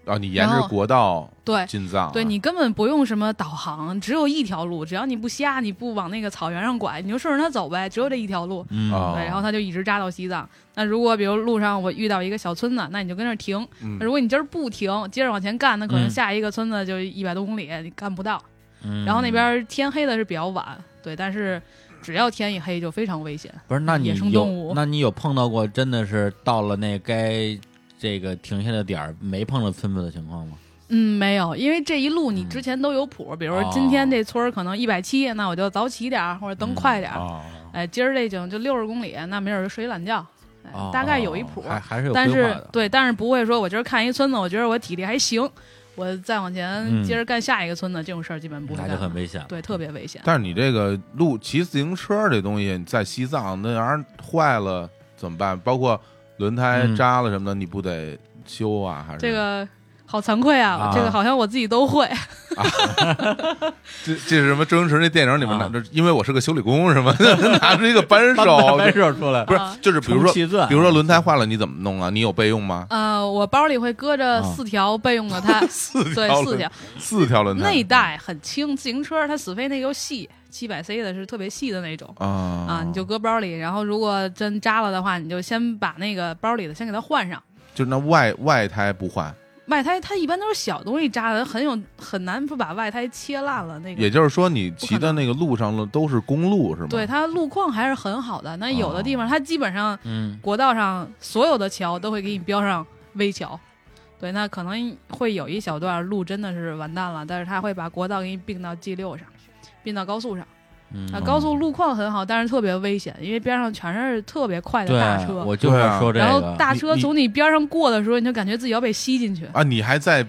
啊，你沿然着后国道对。进藏啊，对你根本不用什么导航，只有一条路，只要你不瞎，你不往那个草原上拐，你就顺着它走呗，只有这一条路。哎嗯哦对，然后它就一直扎到西藏。那如果比如路上我遇到一个小村子，那你就跟那儿停，嗯如果你今儿不停，接着往前干，那可嗯能下一个村子就一百多公里，你干不到。嗯然后那边天黑的是比较晚，对，但是只要天一黑就非常危险。不是？那你野生动有物那你有碰到过真的是到了那该这个停下的点儿没碰到村子的情况吗？嗯，没有，因为这一路你嗯之前都有谱，比如哦说今天这村儿可能一百七，那我就早起点儿或者嗯蹬快点儿。啊，哎，今儿这景就六十公里，那没准儿就睡一懒觉，哎哦大概有一谱。还还是有规但划是的。对，但是不会说我今儿看一村子，我觉得我体力还行，我再往嗯前接着干下一个村子，这种事儿基本不会那干就很了。危险了。对，特别危险。但是你这个路骑自行车这东西，在西藏那玩意儿坏了怎么办？包括轮胎嗯扎了什么的，你不得修啊？还是这个好惭愧啊，啊这个好像我自己都会。这这是什么？周星驰那电影里面拿啊着，因为我是个修理工什么的， 拿出一个扳 手，掰手出来不，是啊就是比如说重气钻比如说轮胎坏了你怎么弄啊？你有备用吗？呃，我包里会搁着啊四条备用的 它，四对条，四条轮，四条轮嗯胎内带很轻，自行车它死飞那又细，七百 C 的是特别细的那种。啊啊哦啊，你就搁包里，然后如果真扎了的话，你就先把那个包里的先给它换上。就那外外胎不换，外胎它一般都是小东西扎的，很有很难不把外胎切烂了。那个也就是说你骑的那个路上了都是公路是吗？对它路况还是很好的。那有的地方、它基本上嗯，国道上所有的桥都会给你标上危桥，对，那可能会有一小段路真的是完蛋了，但是它会把国道给你并到 G 六上，并到高速上。嗯啊，高速路况很好，但是特别危险，因为边上全是特别快的对大车。我就是对啊说这然后个，大你车你从你边上过的时候，你就感觉自己要被吸进去，啊，你还在，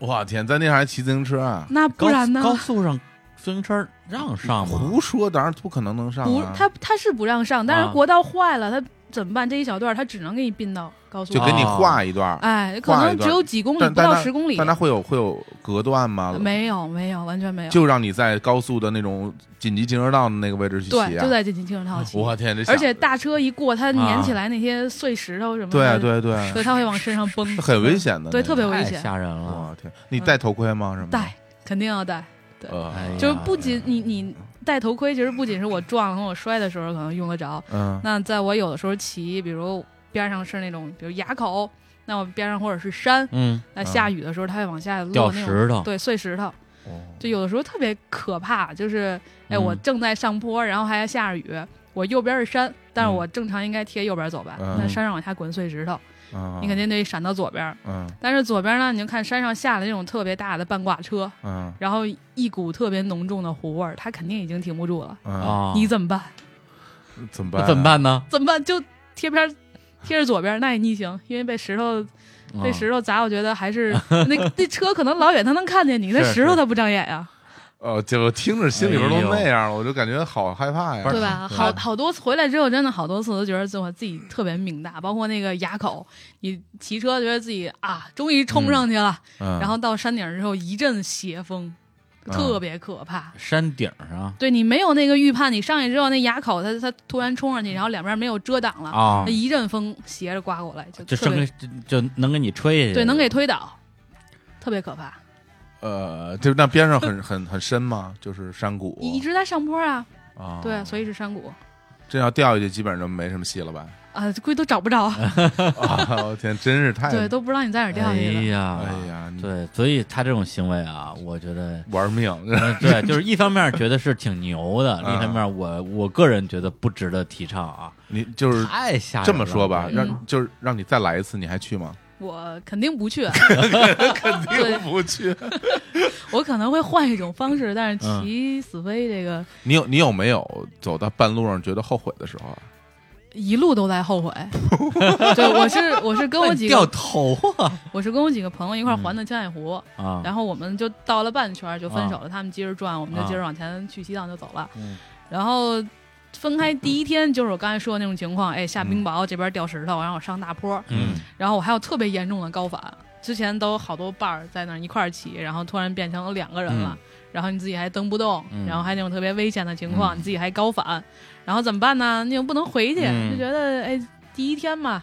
我天，在那上还骑自行车啊？那不高然呢？高速上自行车让上吗？胡说，当然不可能能上、啊。不，他他是不让上，但啊是国道坏了，他怎么办？这一小段他只能给你并到高速就上。给你哦画一段儿，哎，可画一能段只有几公里，但不但到它十公里但。它会有会有隔断吗？没有，没有，完全没有。就让你在高速的那种紧急行车道的那个位置去骑、啊。对，就在进行 清套骑。我天，这而且想啊大车一过，它粘起来那些碎石头什么对啊的，对，对对，它会往身上崩，很危。险的，对那个特别危太险吓人了。我天，你戴头盔吗？什么？戴，肯定要戴，呃，哎呀就是不仅你你戴头盔，其实不仅是我撞了和我摔的时候可能用得着，嗯，那在我有的时候骑，比如边上是那种比如垭口，那我边上或者是山，嗯，那下雨的时候它会往下掉落那种，石头，对，碎石头。哦就有的时候特别可怕，就是哎，嗯我正在上坡，然后还下着雨，我右边是山，但是嗯我正常应该贴右边走吧？嗯那山上往下滚碎石头，啊你肯定得闪到左边。嗯但是左边呢，你就看山上下了那种特别大的半挂车，嗯然后一股特别浓重的糊味儿，它肯定已经停不住了。嗯，啊，你怎么办？怎么办？啊那怎么？办呢？怎么办？就贴边。贴着左边，那也逆行，因为被石头被嗯啊石头砸，我觉得还是那那车可能老远它能看见你，那是石头它不长眼呀，呃，就听着心里边哎都那样了，我就感觉好害怕呀。不是对吧？对好好多次回来之后，真的好多次都觉得自我自己特别命大，包括那个垭口，你骑车觉得自己啊，终于冲上去了，嗯，然后到山顶之后一阵斜风，特别可怕。山顶上对你没有那个预判，你上去之后那垭口它它突然冲上去，然后两边没有遮挡了，啊那，一阵风斜着刮过来，就就哎特生别给就就能给你吹下去，对能给推倒，特别可怕。呃，就那边上很很很深吗？就是山谷你一直在上坡啊，啊，对，所以是山谷真要掉下去，基本上就没什么戏 了吧？啊，估计都找不着，啊，我天，真是太对，都不知道你在哪儿掉下哎去的。呀，哎呀，你对，所以他这种行为啊，我觉得。玩命，嗯对，就是一方面觉得是挺牛的，另一啊方面我我个人觉得不值得提倡啊，你就是太吓人了。嗯这么说吧，对嗯让就是让你再来一次，你还去吗？我肯定不去，啊 肯 对不去。我可能会换一种方式，但是嗯骑死飞这个你有你有没有走到半路上觉得后悔的时候啊？一路都 在后悔。对，我是我是跟我几哎掉嗯个头啊我是跟我几个朋友一块儿环的千海湖，啊！然后我们就到了半圈儿就分手了，他们接着转，我们就啊接着往前去西藏就走了。嗯然后分开第一天就是我刚才说的那种情况，哎，下冰雹、这边掉石头，然后我上大坡，嗯然后我还有特别严重的高反，之前都好多伴儿在那儿一块儿骑，然后突然变成了两个人了，然后你自己还蹬不动，嗯然后还那种特别危险的情况，你自己还高反，然后怎么办呢？你又不能回去，嗯就觉得哎，第一天嘛，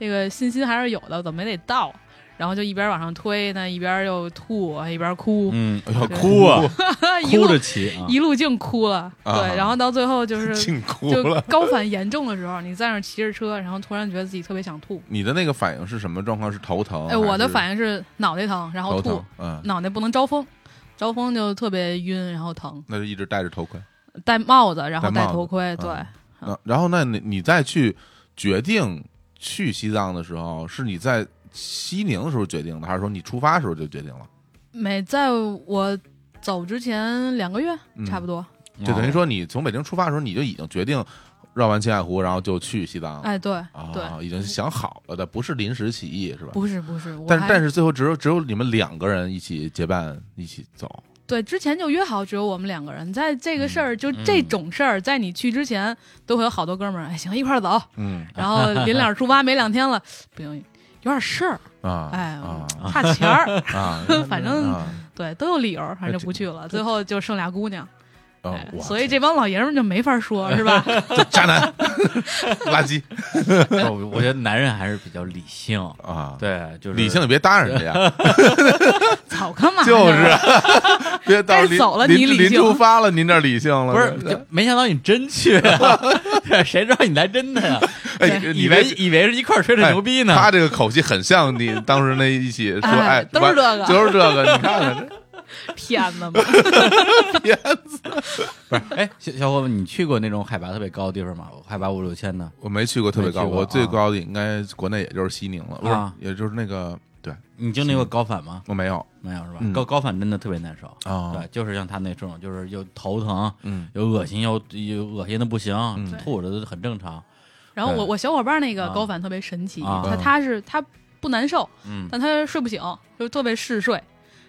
这个信心还是有的，怎么也得到。然后就一边往上推，那一边又吐，一边哭，嗯，哎呦对哭啊， 一哭路着骑啊，一路净哭了。啊对，然后到最后 就是净哭就了。高反严重的时候，你在那儿骑着车，然后突然觉得自己特别想吐。你的那个反应是什么状况？是头疼？哎，我的应反应是脑袋疼，然头后吐疼，，嗯，脑袋不能招风，招风就特别晕，然后疼。那就一直戴着头盔。戴帽子，然后戴戴帽子头盔，对，嗯那然后，那你你再去决定去西藏的时候，是你在西宁的时候决定的，还是说你出发的时候就决定了？每在我走之前两个月、嗯差不多，就哦 等于说你从北京出发的时候，你就已经决定绕完青海湖，然后就去西藏了。哎，对啊、对，已经想好了的，不是临时起意，是吧？不是不是，我但是还但是最后只有只有你们两个人一起结伴一起走，对之前就约好只有我们两个人，在这个事儿、就嗯这种事儿，在你去之前 都会有好多哥们儿，哎，行，一块儿走，嗯然后临了出发没两天了，不行，有点事儿，啊，哎啊，差钱 儿，啊， 反正啊对都有理由，反正就不去了。最后就剩俩姑娘，哦哎嗯哇所以这帮老爷们儿就没法说， 是吧？渣男垃圾哎我我觉得男人还是比较理性，啊，对，就是理性你别搭上人 家，早干嘛？就，是别到哎该临走了临你理临性出发了，您这理性了不是？就没想到你真去啊， 谁知道你来真的呀？哎，以你来为以为是一块儿吹着哎牛逼呢。他这个口气很像你当时那一起说，哎哎，都是这个完就是这个，你看 看骗 子嘛。这骗子。不是，哎，小小伙伴，你去过那种海拔特别高的地方吗？海拔五六千的，我没去过特别高，没去过我最高的应该国内也就是西宁了，不啊是，也就是那个，对你经历过高反吗？我没有没有是吧？嗯高高反真的特别难受啊对，就是像他那种，就是又头疼，嗯，又恶心，又又恶心的不行，对吐着都很正常。然后我对我小伙伴那个啊高反特别神奇，啊他他是他不难受，嗯但他睡不醒，就特别嗜睡，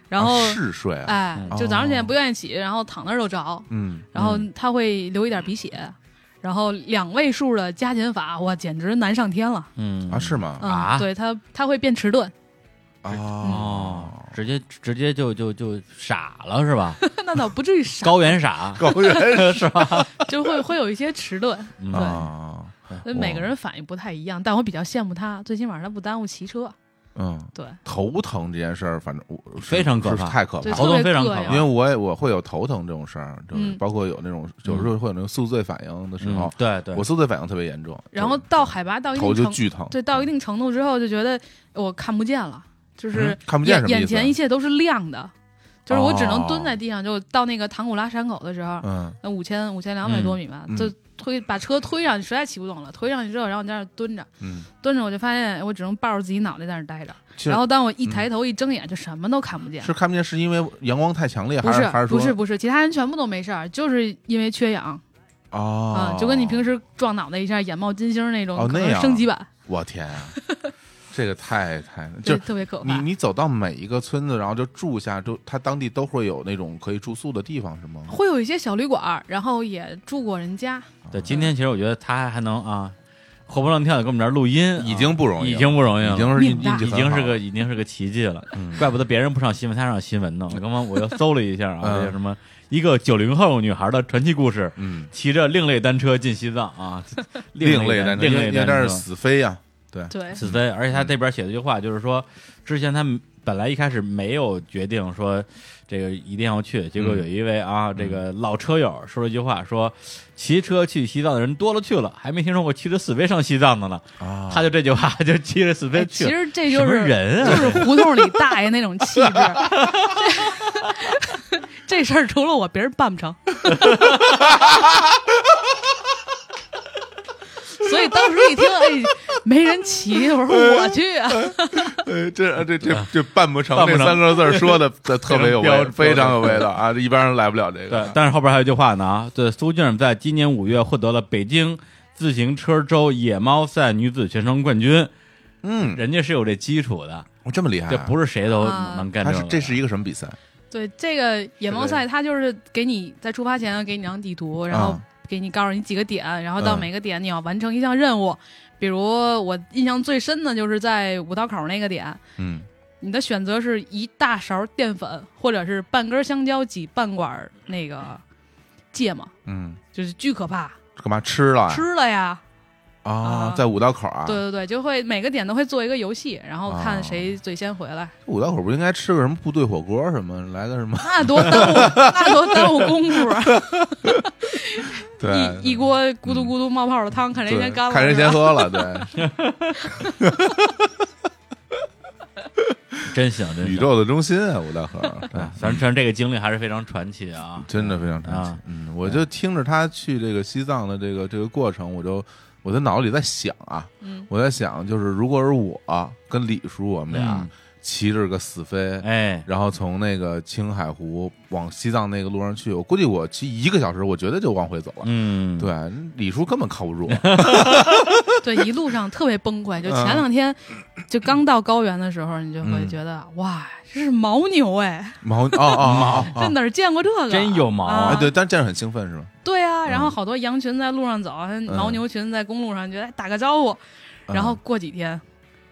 然后、啊嗜睡啊，哎嗯，就早上起来不愿意起，然后躺那儿就着，嗯，然后他会流一点鼻血，然后两位数的加减法，哇，简直难上天了。嗯啊是吗？嗯，啊对他他会变迟钝， 哦哦，，直接直接就就就傻了是吧？那 倒不至于傻，高原傻，高原是吧？就会会有一些迟 钝，嗯对啊，哎所以每个人反应不太一样。但我比较羡慕他，最起码他不耽误骑车，嗯，对，头疼这件事儿，反正我是非常可是怕太可怕对了。头特疼别非常膈可因怕为应。我也我会有头疼这种事儿，就是嗯包括有那种有时候会有那种宿醉反应的时候嗯，对对，我宿醉反应特别严重，然后到海拔到一头就定程巨疼，对，到一定程度之后就觉得我看不见了，就是嗯看不见眼什么意思眼前一切都是亮的，就是我只哦能蹲在地上，就到那个唐古拉山口的时候，嗯那五千五千两百多米吧，嗯就推把车推上去，实在骑不动了，推上去之后，然后你在那儿蹲着，嗯，蹲着我就发现我只能抱着自己脑袋在那儿待着，其实然后当我一抬头一睁眼，就什么都看不见。嗯是看不见是因为阳光太强烈，不还是还是说不是不是，其他人全部都没事儿，就是因为缺氧啊、哦，就跟你平时时撞脑袋一下眼冒金星那种，哦可那能样升级版，我天 啊，这个太太就对，是特别可你怕。你走到每一个村子，然后就住下，就他当地都会有那种可以住宿的地方，是吗？会有一些小旅馆儿，然后也住过人家，对，今天其实我觉得他还能啊，活蹦乱跳的跟我们这儿录音，已经不容易了啊已经不容易了，已经是命大运气已很经好是了个已经是个奇迹了，嗯怪不得别人不上新闻，他上新闻呢。我刚刚我又搜了一下啊，嗯这叫什么？一个九零后女孩的传奇故事，嗯，骑着另类单车进西藏 啊，另类类单车，另因为类因为单那车是死飞呀， 对，对，哎死飞，而且他这边写了一句话，就是说之前他们本来一开始没有决定说这个一定要去，结果嗯有一位啊、这个老车友说了一句话，说骑车去西藏的人多了去了，还没听说过骑着死飞上西藏的呢。啊他就这句话就骑着死哎飞去其了。实这就是什么人啊就是 胡同里大爷那种气质。 这这事儿除了我，别人办不成。 所以当时一听，哎，没人骑，我说我去啊，呃，这这这这办不成啊办不这成三个 字儿说的这特别有非常味，标非常有味道啊！这一般人来不了这对个，。但是后边还有一句话呢啊，对，苏静在今年五月获得了北京自行车周野猫赛女子全程冠军，嗯，人家是有这基础的，我这么厉害这啊，不是谁都啊能干他这是个。这是一个什么比赛？对这个野猫赛，它就是给你在出发前给你张地图，然后啊给你告诉你几个点，然后到嗯每个点你要完成一项任务。比如我印象最深的就是在五道口那个点，嗯，你的选择是一大勺淀粉，或者是半根香蕉挤半管儿那个芥末，嗯，就是巨可怕，干嘛吃了啊？吃了呀。啊啊，在五道口啊？对，对对，就会每个点都会做一个游戏，然后啊看谁最先回来。五道口不应该吃个什么部队火锅什么，来个 什么？那多耽误， 那多耽误功夫啊！对，嗯一一锅咕嘟咕嘟冒泡的汤，看谁对先干了，看人是吧先喝了，对，真行，真行宇宙的中心啊，五道口，对 对，反正这个经历还是非常传奇啊。真的非常神奇啊。嗯，我就听着他去这个西藏的这个这个过程，我就我的脑子里在想啊，嗯我在想，就是如果是我跟李叔我们俩嗯骑着个死飞，哎，然后从那个青海湖往西藏那个路上去，我估计我骑一个小时，我绝对就往回走了。嗯，对，李叔根本靠不住， 对，一路上特别崩溃。就前两天，就刚到高原的时候，你就会嗯觉得哇，这是牦牛哎，毛哦哦哦这哦，哪儿见过这个？真有毛哎啊！对，嗯但这样很兴奋是吧？对啊，然后好多羊啊群在路上走，牦牛群在公路上，觉得哎打个招呼。嗯然后过几天，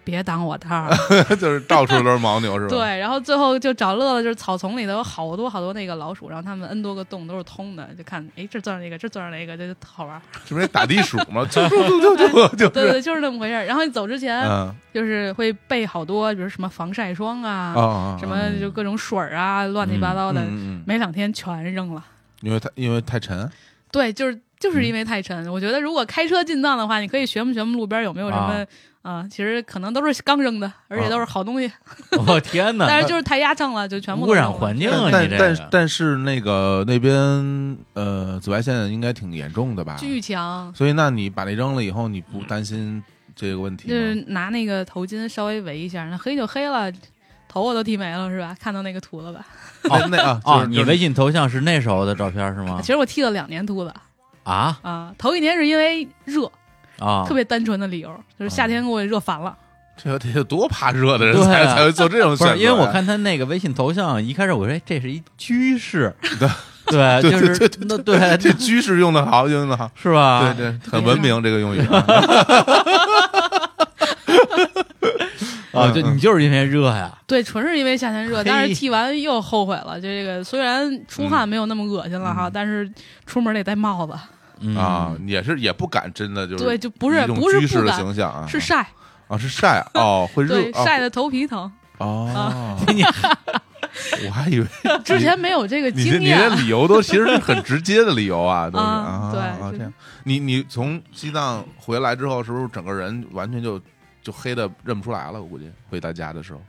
别挡我道儿。 就是到处都是牦牛，是吧？对，，然后最后就找乐乐，就是草丛里头有好多好多那个老鼠，然后它们 n 多个洞都是通的，就看哎这钻上一个，这钻上一个，这就好玩儿。这不是打地鼠吗？就就就就就对是，对，就是那么回事儿。然后你走之前，嗯就是会备好多，比如什么防晒霜啊，哦啊什么就各种水儿啊，乱七八糟的，嗯嗯嗯，没两天全扔了。嗯因为太因为太沉，对，就是就是因为太沉。我觉得如果开车进藏的话，你可以学不学不路边有没有什么啊。啊、其实可能都是刚扔的，而且都是好东 西，我天哪，但是就是太压秤了，就全部都污染扔了环境啊！但你这但个但是那个那边呃紫外线应该挺严重的吧？巨啊强，所以那你把那扔了以后，你不担心这个问题就是吗？拿那个头巾稍微围一下，那黑就黑了，头我都剃没了是吧？看到那个秃了吧？哦，那啊哦，就是你微信头像是那时候的照片是吗其？实我剃了两年秃子啊啊，头一年是因为热，啊，特别单纯的理由，就是夏天给我热烦了。这得有多怕热的人对啊才才会做这种不选择呀？是，因为我看他那个微信头像，一开始我说哎这是一居士，对， 对就是对那对这居士用的好，用的好，是吧？对对，很文明这个用语啊。嗯啊，就你就是因为热呀，对，纯是因为夏天热，嘿但是剃完又后悔了。就这个虽然出嗯汗没有那么恶心了哈，但是出门得戴帽子，嗯啊，也是也不敢真的就是对就不是一种不是居士不的敢形象啊，是晒，啊是晒哦会热对，哦晒的啊头皮 疼。哦， 你我还以为之前没有这个你这经你这验，理由都其实是很直接的理由啊，都是啊啊对啊就是这样。你你从西藏回来之后，是不是整个人完全就就黑的认不出来了？我估计回到家的时候，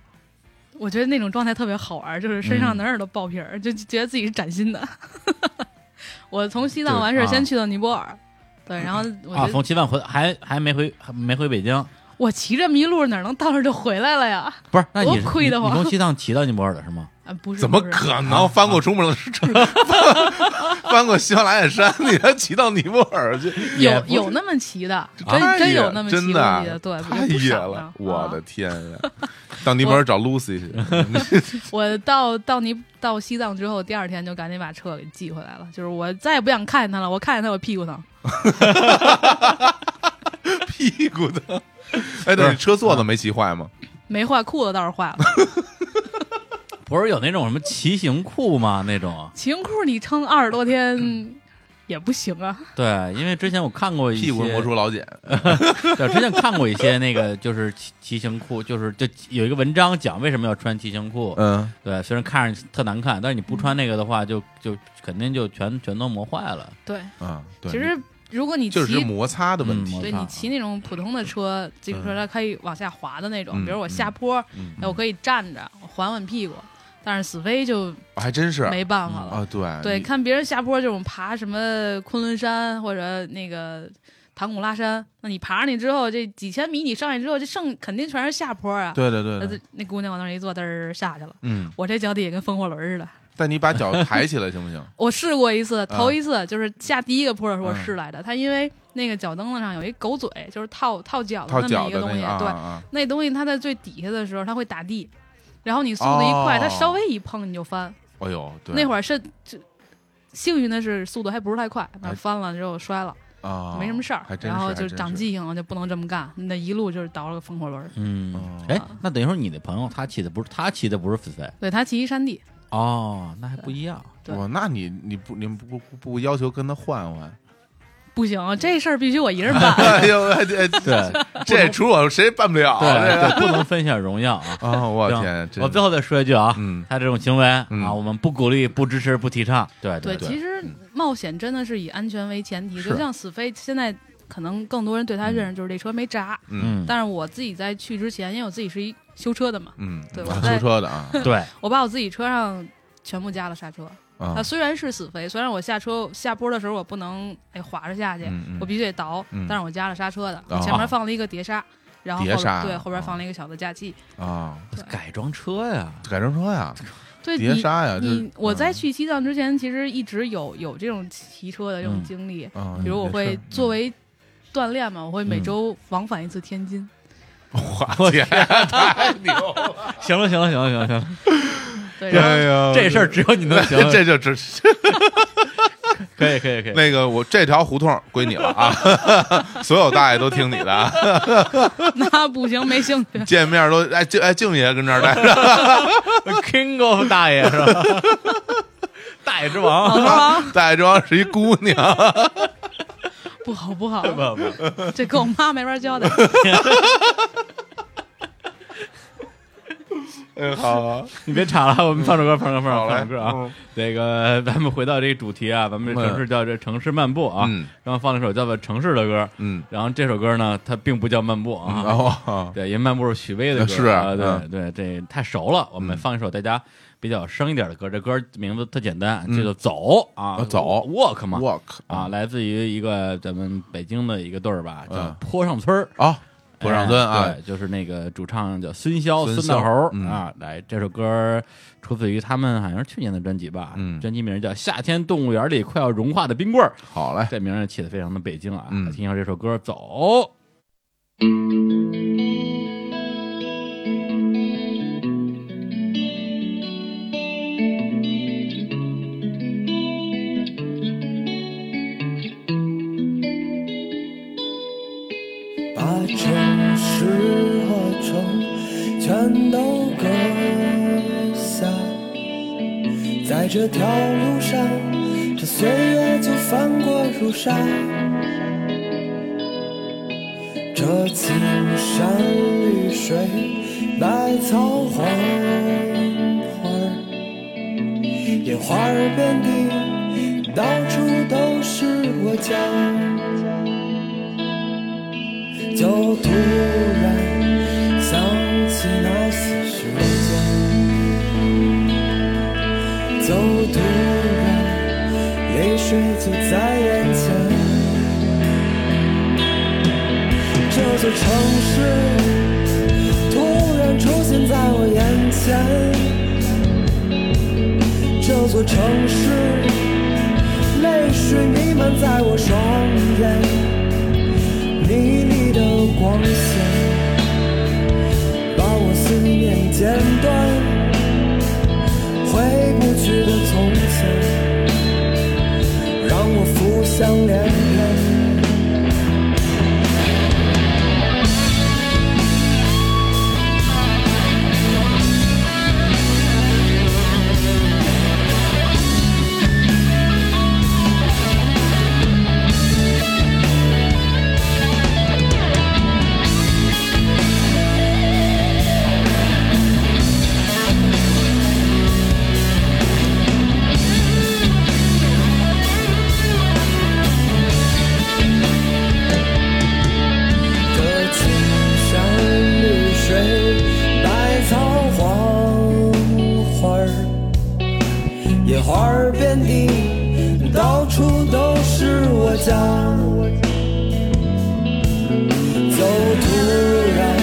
我觉得那种状态特别好玩，就是身嗯上哪儿都爆皮儿，就就觉得自己是崭新的。 我从西藏完事儿，就是啊先去的尼泊尔，对，然后我啊，觉得从西藏回还还没回还没回北京，我骑着麋鹿哪能到这儿就回来了呀？不是？那你是多亏得你慌你从西藏骑到尼泊尔的是吗？啊， 不是，怎么不是可能翻过珠穆朗 翻翻过喜马拉雅山，你还骑到尼泊尔去？也有不有那么骑的，真太真有野那么啊哎真骑的啊过的，对，太有不野少了呢！我的啊天呀，到尼泊尔找 Lucy 去，我到到尼到西藏之后，第二天就赶紧把车给寄回来了，就是我再也不想看见他了，我看见他我屁股疼。屁股疼。哎，对，你车座子没骑坏吗？啊没坏，裤子倒是 坏了。不是有那种什么骑行裤吗？那种骑行裤你撑二十多嗯天也不行啊，对，因为之前我看过一些屁股磨出老茧，对，之前看过一些那个就是骑骑行裤，就是就有一个文章讲为什么要穿骑行裤。嗯，对，虽然看着特难看，但是你不穿那个的话，就就肯定就全全都磨坏了。对，啊，对，其实如果你骑就。是摩擦的问题啊嗯对摩擦你骑那种普通的车，自行车它可以往下滑的那种，嗯比如我下坡，嗯哎我可以站着我缓缓屁股，但是死飞就还真是没办法了。啊，对对，你看别人下坡，就是我们爬什么昆仑山或者那个唐古拉山，那你爬上去之后，这几千米你上去之后，这剩肯定全是下坡啊。对对对那对，这那姑娘往那儿一坐，嘚儿下去了。嗯，我这脚底也跟风火轮似的。但你把脚抬起来行 不行？我试过一啊次，头一次就是下第一个坡的时候我试来的。它因为那个脚蹬子上有一狗嘴，就是套套脚套的那脚么一个的东那西，个啊对啊，，啊那东西它在最底下的时候它会打地，然后你速度一快，它哦稍微一碰你就翻。哎呦，对，那会儿是就幸运的是速度还不是太快，那哎翻了之后摔了，啊，没什么事儿还，真是然后就还真长是记性了，就不能这么干，那一路就是倒了个风火轮儿。嗯哦，哎，那等于说你的朋友他骑的不是他骑的不是死飞对他骑一山地，哦，那还不一样。对哇，那你你不你们不不不要求跟他换换？ 不行，这事儿必须我一人办。哎呦，哎这对这除我谁办不了？哦啊对这对，不能分享荣耀啊！啊，我行天，真我最后再说一句啊，嗯他这种行为嗯啊，我们不鼓励、不支持、不提倡。对对，对，其实冒险真的是以安全为前提，是就像死飞，现在可能更多人对他认识就是这车没闸，嗯嗯，但是我自己在去之前，因为我自己是一修车的嘛，嗯，对啊我修在车的啊对，我把我自己车上全部加了刹车。它啊，虽然是死飞，虽然我下车下坡的时候我不能哎滑着下去，嗯嗯我必须得倒，嗯但是我加了刹车的，哦前面放了一个碟刹，然后后碟刹对后边哦放了一个小的架器。啊，改装车呀，改装车呀，对碟你刹呀，这你我在嗯去西藏之前，其实一直有有这种骑车的这种经历，啊，比如我也会是嗯作为锻炼嘛，我会每周往返一次天津。我天，太牛了！ 行了，行了，行了，行了，行了，哎对，然后呀 ，这事儿只有你能行这就只可以可以可以，那个我这条胡同归你了啊， 所有大爷都听你的啊，那不行，没兴 趣。见面都哎静哎静爷跟这儿待着， King of 大爷是吧？ 大爷之哦王，大爷庄是一姑娘，不好 不好， 不不，这跟我妈没法交代。哎好，你别吵了，我们放首歌，放首歌，好放首歌放首嘞歌啊嗯！这个咱们回到这个主题啊，咱们这城市叫这城市漫步啊，嗯然后放了一首叫做《城市》的歌，嗯，然后这首歌呢，它并不叫漫步啊，然后对，因为漫步是许巍的歌，是啊，对嗯对，这太熟了。我们放一首大家比较生一点的歌，这歌名字特简单，嗯叫做《走》啊，啊走，walk 嘛 walk 啊，来自于一个咱们北京的一个队儿吧，叫嗯坡上村儿。啊，坡上村哎啊，对，就是那个主唱叫孙骁、孙孙大猴儿骁嗯啊。来，这首歌出自于他们好像是去年的专辑吧，嗯专辑名叫《夏天动物园里快要融化的冰棍儿》，好嘞，这名儿起的非常的北京啊。嗯来听一下这首歌，走。把城市和城全都割下，在这条路上，这岁月就翻过如沙。这青山绿水，百草黄花儿，野花儿遍地，到处都是我家。就突然想起那些时间，就突然泪水就在眼前。这座城市突然出现在我眼前，这座城市泪水弥漫在我双眼。迷离的光线，把我思念剪断，回不去的从前，让我浮想联翩。这青山绿水，百草黄花儿，野花儿遍地，到处都是我家。就突然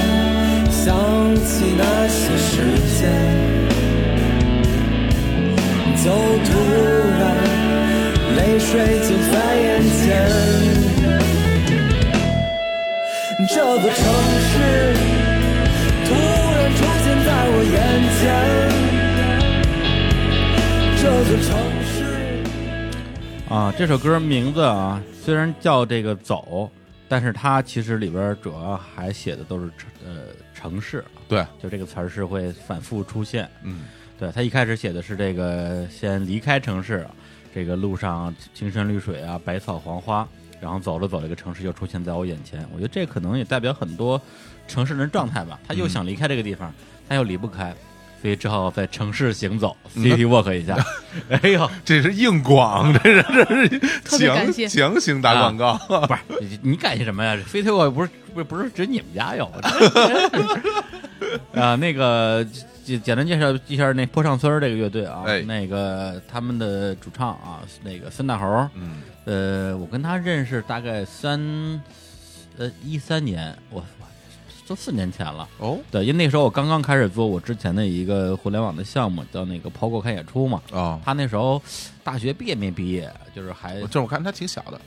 想起那些时间，就突然泪水就在眼前。这座城市突然出现在我眼前，这座城市。啊，这首歌名字啊，虽然叫这个走，但是它其实里边主要还写的都是城呃城市啊，对，就这个词儿是会反复出现。嗯，对他一开始写的是这个先离开城市，这个路上青山绿水啊，百草黄花，然后走着走着，这个城市就出现在我眼前。我觉得这可能也代表很多城市人状态吧。他又想离开这个地方，他又离不开，所以只好在城市行走，city walk 一下。哎呦，这是硬广， 这是这特别感是谢强强行打广告， 不是你你感谢什么呀？City Walk 不是不是不是指你们家有 啊？那个简简单介绍一下那坡上村儿这个乐队啊，哎那个他们的主唱啊，那个孙大猴儿，嗯呃，我跟他认识大概三呃一三年，我我都四年前了。哦对，因为那时候我刚刚开始做我之前的一个互联网的项目，叫那个抛过看演出嘛。哦，他那时候大学毕业没毕业，就是还我这我看他挺小的，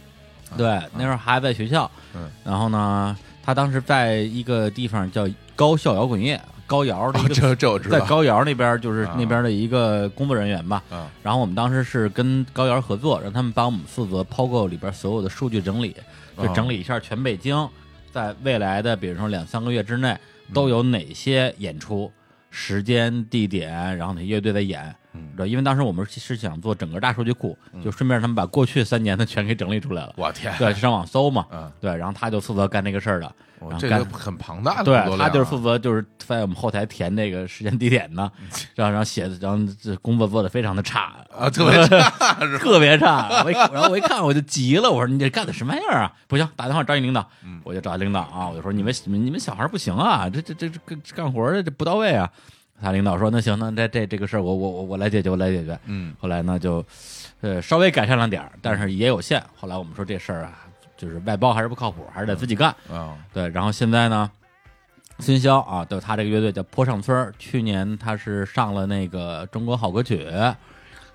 对，那时候还在学校。啊嗯，然后呢，他当时在一个地方叫高校摇滚乐，高窑的一哦个这这我知在道，高窑那边就是啊那边的一个工作人员吧。啊然后我们当时是跟高窑合作，让他们帮我们负责 POGO 里边所有的数据整理，就哦整理一下全北京在未来的比如说两三个月之内嗯都有哪些演出、时间、地点，然后哪些乐队在演。嗯对，因为当时我们是是想做整个大数据库，就顺便他们把过去三年的全给整理出来了。我天，对，上网搜嘛。嗯，对，然后他就负责干这个事儿的。我然后这干个很庞大的工作对量他啊，就是负责就是在我们后台填这个时间地点呢，嗯然后然后写的，然后这工作做的非常的差，啊，特别 差是吧？特别 差。我一然后我一看我就急了，我说你这干的什么玩意儿啊？不行，打电话找你领导。嗯我就找领导啊，我就说你们你们小孩不行啊，这这这这这干活的这不到位啊。他领导说那行，那这这这个事儿我我我我来解决，我来解决。嗯，后来呢就，呃稍微改善了点儿，但是也有限。后来我们说这事儿啊，就是外包还是不靠谱，还是得自己干。啊，对，然后现在呢，孙骁啊，对他这个乐队叫坡上村儿，去年他是上了那个中国好歌曲啊，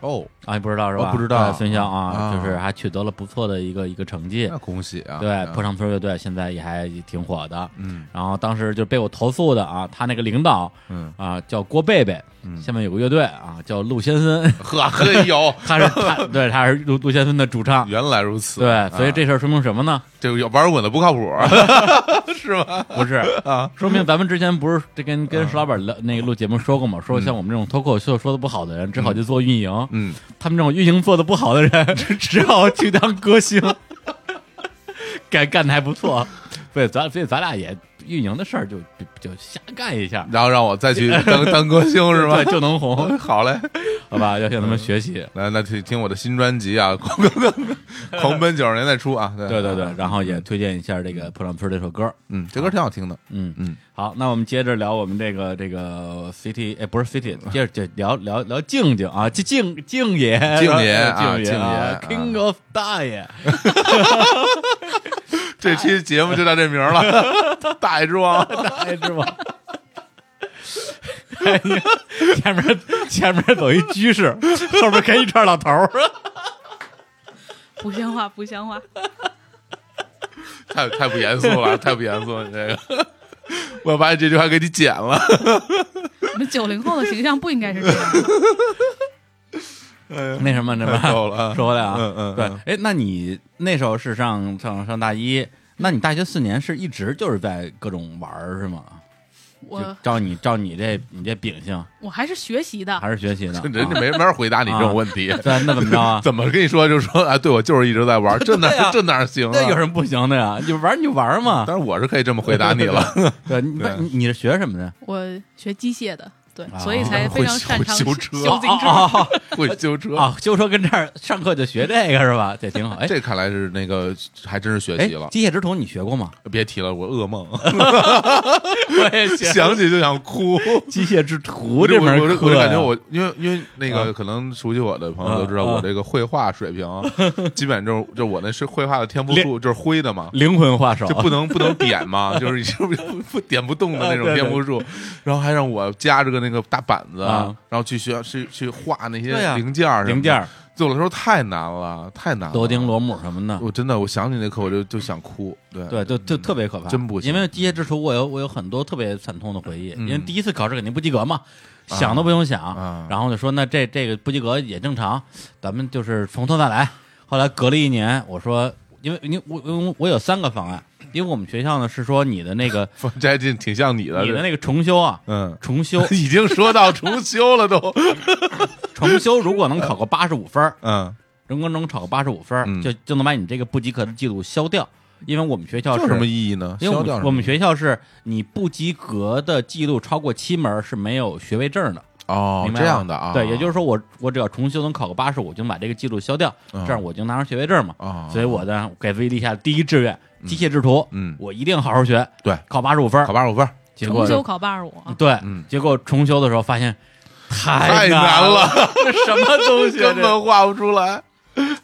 哦，你不知道是吧？哦不知道对孙骁啊，啊就是还取得了不错的一个一个成绩那。恭喜啊！对，啊坡上村乐队现在也还挺火的。嗯然后当时就被我投诉的啊，他那个领导嗯，啊叫郭贝贝，下面有个乐队啊叫陆先生， 呵，嘿有，他是他对他是陆陆先生的主唱。原来如此，对啊，所以这事儿说明什么呢？这个玩滚的不靠谱， 是吗？不是啊，说明咱们之前不是这跟跟石老板啊聊那个录节目说过嘛，说像我们这种脱口秀说的不好的人，只好去做运营。嗯，他们这种运营做的不好的人， 只好去当歌星。 干干的还不错，对，咱所以咱俩也运营的事儿就就就瞎干一下，然后让我再去当当歌星是嗯吗对？就能红，好嘞，好吧？要向他们学习。来，那听听我的新专辑啊，狂奔狂奔九十年代初啊，对对对对，，然后也推荐一下这个《破浪村》这首歌。嗯，这歌挺好听的，嗯嗯，好，那我们接着聊我们这个这个 City，哎，不是 City，接着就聊聊聊静静啊，静静静爷，静静爷啊静静爷啊啊，King of 大爷，这期节目就叫这名儿了，大爷之王，大爷是 吧？哎呀前面前面走一居士， 后边跟一串老头 儿，不像话，不像话。太太不严肃了，太不严肃了，你这个，我把你这句话给你剪了，我们九零后的形象不应该是这样的。那什么什 太么，逗了啊，说回来啊，嗯嗯嗯对，哎，那你那时候是上上上大一，那你大学四年是一直就是在各种玩儿是吗？就我照你照你这你这秉性，我还是学习的，还是学习 呢？人家没法回答你这种问题啊。 对，那怎么着啊？ 怎么跟你说？就说啊，对我就是一直在玩，这哪、对呀这哪行啊？那有什么不行的呀？ 你玩你就玩嘛。当然我是可以这么回答你了， 对，你对你你是学什么的？我学机械的，对，啊所以才非常擅长会修车修自行车。啊啊会修车。啊！修车跟这儿上课就学这个是吧？ 这挺好。哎这看来是那个还真是学哎习了，，机械之童你学过 吗？别提了，我噩 梦，我也想起就想 哭。机械之徒我这就门我就课我就呀感觉我，因为因为那啊个可能熟悉我的朋友都知道，啊啊我这个绘画水平，啊基本就是就我那是绘画的天赋树，就是灰的嘛，灵魂画手就不能不能 点嘛，就是你是不是不点不动的那啊对种天赋树，然后还让我夹着个那个大板子，啊然后去学校去去画那些对呀零件儿什么的零件儿、对我来说太难了，太难了。螺钉、螺母什么的。我真的我想起那刻我就就想哭，对对，就就特别可怕，嗯真不行因为机械之徒，我有我有很多特别惨痛的回忆，嗯因为第一次考试肯定不及格嘛，想都不用想，啊然后就说那这这个不及格也正常，咱们就是从头再来。后来隔了一年，我说，因为因为我我我有三个方案，因为我们学校呢是说你的那个这还挺挺像你的，你的这那个重修啊，嗯，重 修已经说到重 修了都，重修如果能考个八十五分儿，嗯，人工能考个八十五分儿，嗯就就能把你这个不及格的记录消掉，因为我们学校是这有什么意义呢？因为我消掉什们么我们学校是你不及格的记录超过七门儿是没有学位证的，哦明白这吗样的啊，对，也就是说我我只要重修能考个八十，我就能把这个记录消掉，嗯这样我就拿上学位证嘛。啊，所以我呢给自己立下第一志愿机械制图，嗯我一定好好学，对考八十五分儿考，八十五分儿，结重果修考八十五，对嗯，结果重修的时候发现太太难了， 了，这什么东西啊根这？本画不出来。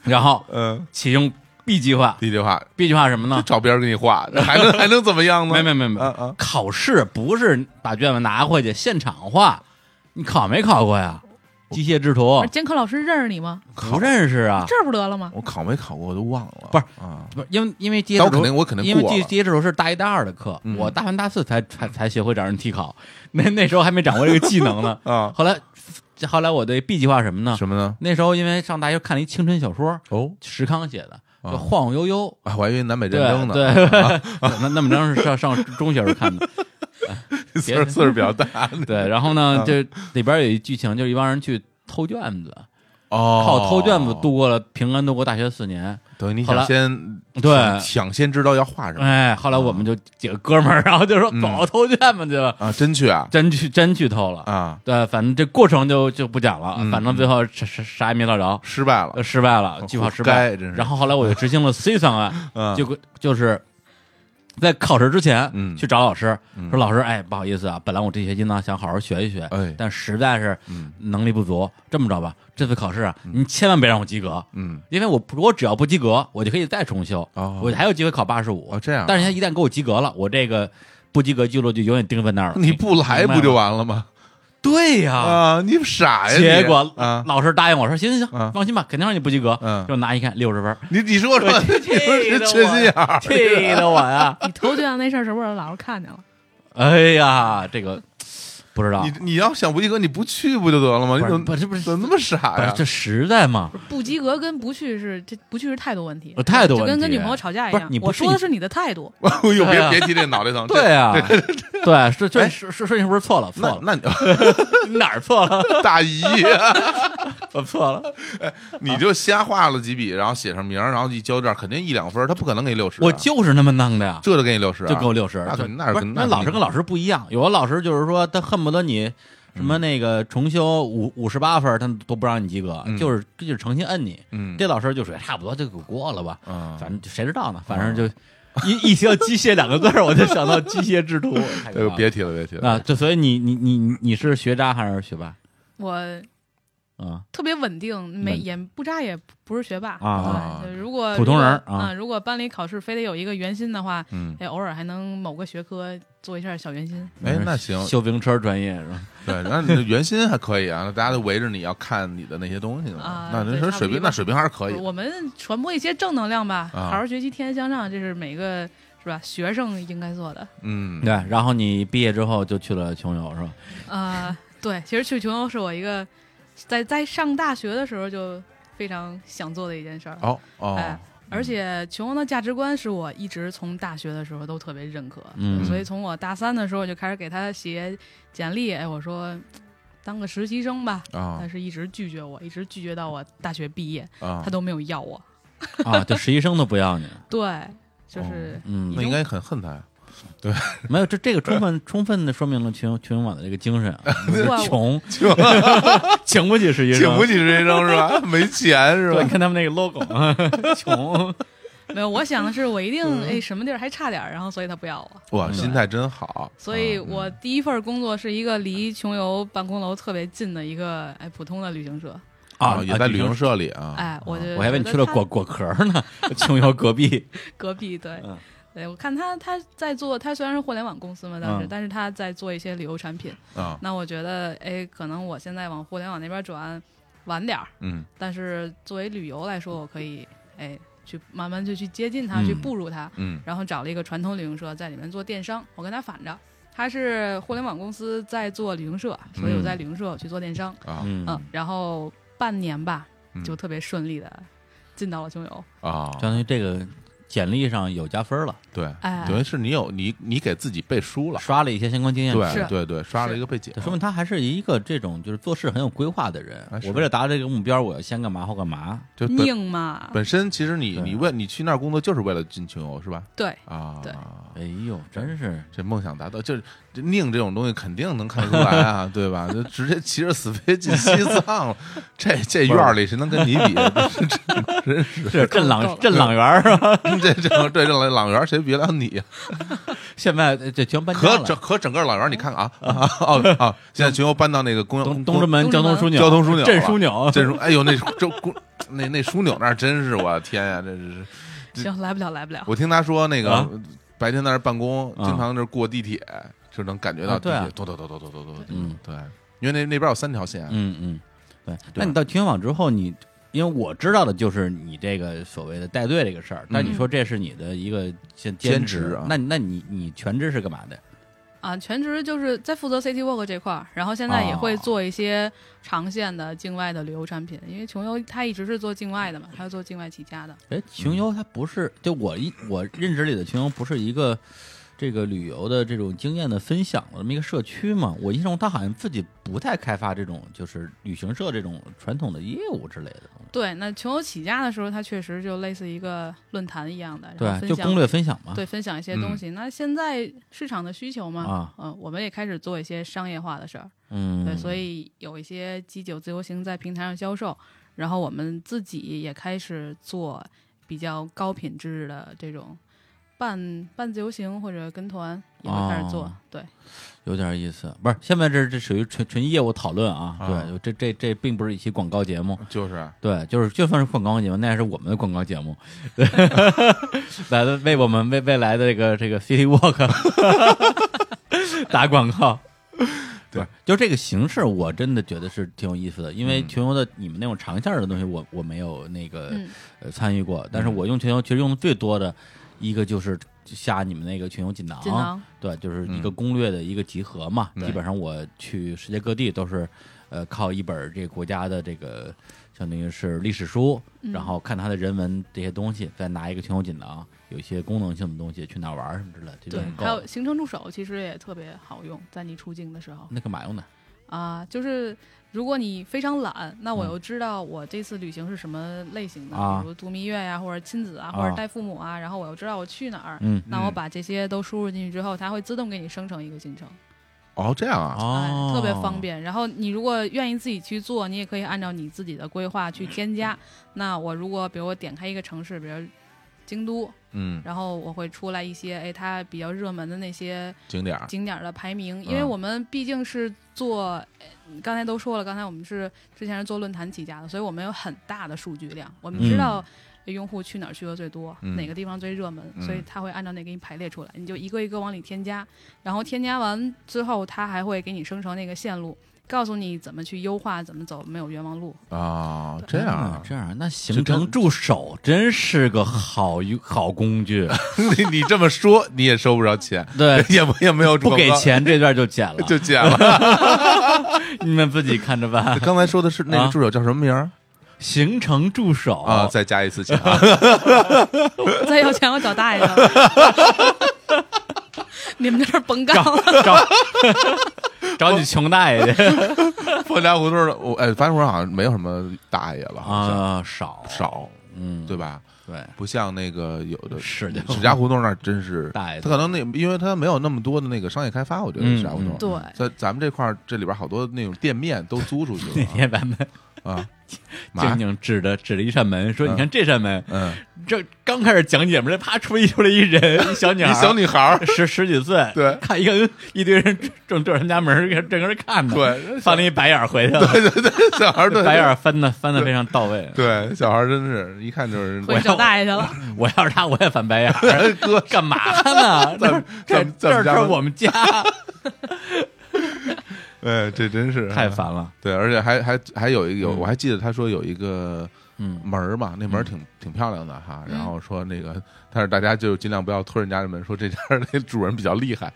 然后嗯，启用 B 计划第一句话，B 计划是什么呢？找别人给你画， 还能还能怎么样呢？没没没没，啊啊考试不是把卷子拿回去现场画，你考没考过呀？机械制图而监考老师认识你吗？不认识啊，这不得了吗？我考没考过我都忘了，不是啊，不是因为因为机械但我制肯图定我肯定因为过机了机械制图是大一大二的课，嗯。我大三大四才才才学会找人替考， 那那时候还没掌握这个技能呢 啊，后来后来我的 B 计划什么呢？什么呢？那时候因为上大学看了一青春小说，哦，石康写的，叫啊《晃晃悠悠》。啊我还以为南北对战争呢，对，那那么张是上上中学时候看的，岁数岁数比较大， 对。然后嗯呢，这里边有一剧情，就是一帮人去偷卷子，哦，靠偷卷子度过了平安度过大学四年。等于你后来想先对想先知道要画什么哎，后来我们就几个哥们儿， 然后就说嗯走偷卷子去了，啊，真去啊真去真去偷了。啊，对，反正这过程就就不讲了，嗯反正最后啥啥啥也没捞着，失败了哦呃，失败了，计划失败活该真。是然后后来我就执行了 C 方案， 嗯，就就是在考试之前，嗯去找老师、嗯说：“老师，哎，不好意思啊，本来我这学期呢想好好学一学，哎但实在是嗯能力不足。这么着吧，这次考试啊，你千万别让我及格，嗯因为我如果只要不及格，我就可以再重修，哦我还有机会考八十五哦。这样啊但是他一旦给我及格了，我这个不及格记录就永远钉在那儿了。你不来明白不吗就完了吗？对呀、啊，你傻呀！你结果啊，老师答应我说：“行行啊行，放心吧，肯定让你不及格。”嗯就拿一看六十 分儿，你你说说，你气说得是我缺心眼儿，气得我呀！你头卷那事儿是不是老师看见了？哎呀，这个不知道你，你要想不及格，你不去不就得了吗？你不是怎么不是不是怎么那么傻不是哎呀？哎这实在吗？不及格跟不去是这不去是态度问题呃，态度就问跟题跟女朋友吵架一不是样你。不我是说的你是你的态度，哎 呦，对别啊别提这脑袋疼。这哎对， 啊，对，是这说说说你是不是错了？错那了，那你 哪儿错 了？大姨，我错了，你就瞎画了几笔，然后写上名儿，然后一交卷，肯定一两分儿，他不可能给你六十啊。我就是那么弄的呀，这就给你六十，啊就给我六十那可。那不可是那那可老师跟老师不一样，有的老师就是说他恨不得你。什嗯么那个重修五五十八分儿，他都不让你及格，嗯就是就是诚心摁你。嗯这老师就属于差不多就给过了吧，嗯反正就谁知道呢？反正就一一听机械两个字儿，我就想到机械 制图。太可哎呦怕了别提了，别提了。啊，就所以你你你你你是学渣还是学霸我啊？特别稳定，没也不渣，也不是学霸啊对，就如果普通人儿如果啊嗯如果班里考试非得有一个圆心的话，嗯，哎，偶尔还能某个学科做一下小圆心。哎，那行，修自行车专业是吧？对，然后你的原心还可以啊，那大家都围着你要看你的那些东西呢啊。那人对说差不水多平，那水平还是可以我们传播一些正能量吧，啊好好学习，天天向上，这是每个是吧学生应该做的。嗯，对，然后你毕业之后就去了穷游是吧？呃， 对，其实去穷游是我一个在在上大学的时候就非常想做的一件事儿。哦哦哎，而且穷游的价值观是我一直从大学的时候都特别认可，嗯所以从我大三的时候就开始给他写简历，哎，我说当个实习生吧，哎啊但是一直拒绝我，一直拒绝到我大学毕业，啊他，都没有要我。啊，就实习生都不要你，对，哦就是嗯那，应该很恨他呀。 没有，这这个充分充分的说明了群群网的这个精 神啊，哇 穷请不起实习生，请不起实习生是吧？没钱是对，你吧？看他们那个 logo，啊 穷， 没有，我想的是我一定嗯哎什么地儿还差点儿，然后所以他不要我。哇，心态真好。所以哦嗯我第一份工作是一个离穷游办公楼特别近的一个哎普通的旅行社，啊，也在旅行。社里啊。哎，我就哦我还以为你觉去得了他果果壳呢， 穷游隔壁隔壁对嗯。对，我看他他在做，他虽然是互联网公司嘛，当时，嗯但是他在做一些旅游产品。啊，那我觉得，哎，可能我现在往互联网那边转晚点儿，嗯但是作为旅游来说，我可以哎去慢慢就去接近它，嗯去步入它。嗯然后找了一个传统旅行社在里面做电商，我跟他反着，他是互联网公司在做旅行社，所以我在旅行社去做电商，啊嗯嗯，，然后半年吧嗯，就特别顺利的进到了穷游，啊，相当于这个简历上有加分了，对，哎，等于是你有你你给自己背书了。刷了一些相关经验值，对是对对，刷了一个背景就，说明他还是一个这种就是做事很有规划的人啊。是我为了达到这个目标，我要先干嘛后干嘛。就本命嘛，本身其实你对你为你去那儿工作就是为了进群游是吧？对，啊，对哎呦，真 是这梦想达到，就是这宁这种东西肯定能看出来啊，对吧？就直接骑着死飞进西藏了，这这院儿里谁能跟你比？是镇够朗了镇朗园啊是吧？这这这这朗园谁比得了你啊？ 现在呃这全搬家可整了，嗯可整个老园，你看看啊啊 哦啊！现在全部搬到那个公东公嗯东直门东交直门通枢纽，交通枢纽了镇枢纽，这哎呦那这公那那枢纽那儿真是我天呀，这是这行，来不了，来不了，我听他说那个、啊白天在那儿办公，啊经常就是过地铁就能感觉啊到地对啊铁咚咚咚咚咚咚咚，嗯对，因为那那边有三条线， 嗯嗯。对，那你到秦皇岛之后，你因为我知道的就是你这个所谓的带队这个事儿，但你说这是你的一个嗯兼兼职职啊那你那你你全职是干嘛的？啊，全职就是在负责 City Walk 这块儿，然后现在也会哦做一些长线的境外的旅游产品，因为穷游他一直是做境外的嘛，嗯他是做境外起家的。哎，穷游它不是，就我一我认知里的穷游不是一个这个旅游的这种经验的分享的这么一个社区嘛？我印象中它好像自己不太开发这种就是旅行社这种传统的业务之类的东西。对，那穷游起家的时候，他确实就类似一个论坛一样的，然后对，啊分就享攻略分享嘛。对分享一些东西。那现在市场的需求嘛，嗯啊嗯、我们也开始做一些商业化的事儿，嗯，对，所以有一些基酒自由行在平台上销售，然后我们自己也开始做比较高品质的这种半半自由行或者跟团也会开始做，哦对，有点意思。不是，现在这这属于纯纯业务讨论啊。啊对，这这这并不是一期广告节目。就是对，就是就算是广告节目，那也是我们的广告节目， 来的为我们未未来的这个这个 City Walk 打广告。对不是，就这个形式，我真的觉得是挺有意思的，因嗯为全游的你们那种长线的东西我，我没有那个、嗯呃参与过，但是我用全游其实用的最多的一个就是下你们那个全游锦囊，锦囊对，就是一个攻略的一个集合嘛。嗯基本上我去世界各地都是，呃，靠一本这个国家的这个相当于是历史书，嗯然后看它的人文这些东西，再拿一个全球锦囊，有一些功能性的东西去哪儿玩儿什么之类的，这对种，够还有了。行程助手其实也特别好用，在你出境的时候那干嘛用的？啊、就是。如果你非常懒，那嗯我又知道我这次旅行是什么类型的，啊比如度蜜月呀、或者亲子啊，啊或者带父母啊，然后我又知道我去哪儿，嗯，那我嗯把这些都输入进去之后，它会自动给你生成一个行程。哦这样啊，哦哎，，特别方。便。然后你如果愿意自己去做，你也可以按照你自己的规划去添加。嗯那我如果比如我点开一个城市，比如京都，嗯，然后我会出来一些哎它比较热门的那些景点儿景点儿的排名，因为嗯我们毕竟是做，呃刚才都说了，刚才我们是之前是做论坛起家的，所以我们有很大的数据量，我们知道。用户去哪儿去的最多，嗯哪个地方最热门，嗯所以他会按照那给你排列出来，你就一个一个往里添加，然后添加完之后，他还会给你生成那个线路，告诉你怎么去优化，怎么走没有冤枉路。 啊，这样啊啊，这样，那行程助手真是个好用好工 具，啊你你这么说你也收不着钱，嗯对也不也没有不给广告钱这段就剪了， 就剪了。 你们自己看着 办。刚才说的是那啊哦个助手叫什么名儿行程助手啊？再加一次钱啊！再要钱我找大爷去了。 你们这儿甭干了。 找找你穷大爷去冯家胡同的我哎，樊家胡同好像没有什么大爷了，好像啊，少少，嗯，对吧？对，不像那个有的是的，史家胡同那儿真 是大爷他可能那因为他没有那么多的那个商业开发，我觉得嗯史家胡同嗯。对，在咱们这块儿，这里边好多那种店面都租出去 那了天咱们啊，嘛静静指着指着一扇门说：“嗯你看这扇门，嗯，这刚开始讲解门，这啪出一出来一人，一小鸟， 一小女孩 儿，十十几岁， 对看一个一堆人正对着他们家门儿正搁那看呢，对翻了一白眼儿回去了，对对对，小孩儿对白眼儿翻的翻的非常到位。对，小孩儿真是一看就是回去找大爷去了。我要是他，我也翻白眼儿，哎哥干嘛呢？ 咱这们这咱们咱这们家是我们 家，哎，这真是太烦了。对，而且还还还有一有，嗯我还记得他说有一个嗯门儿嘛，那门儿挺挺漂亮的哈。然后说那个，但是大家就尽量不要推人家的门，说这家儿 那主人比较厉害，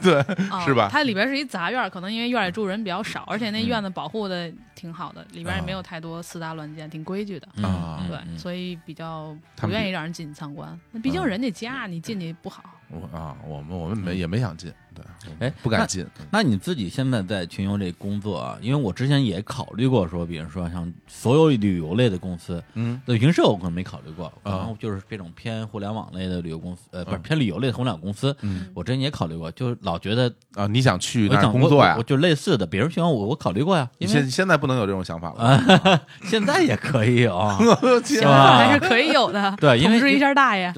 对啊是吧它里边是一杂院儿，可能因为院里住人比较少，而且嗯那院子保护的挺好的，里边也没有太多私搭乱建，挺规矩的。啊嗯啊嗯对，嗯所以比较他不们愿意让人进去参观。那毕竟人家家，你进去不好。我啊，我们我们没也没想进，对，我们哎嗯不那敢进，那你自己现在在群游这工作啊？因为我之前也考虑过说，比如说像所有旅游类的公司，嗯啊旅行社我可能没考虑过，然后就是这种偏互联网类的旅游公司，呃，不是嗯偏旅游类的互联网公司，嗯我之前也考虑过，就是老觉得啊，你想去我那儿想工作呀我我？就类似的，比如群游我我考虑过呀，你因现为现在不能有这种想法了，啊，现在也可以哦有、 行啊。还是可以有 的对因为通知一下大爷。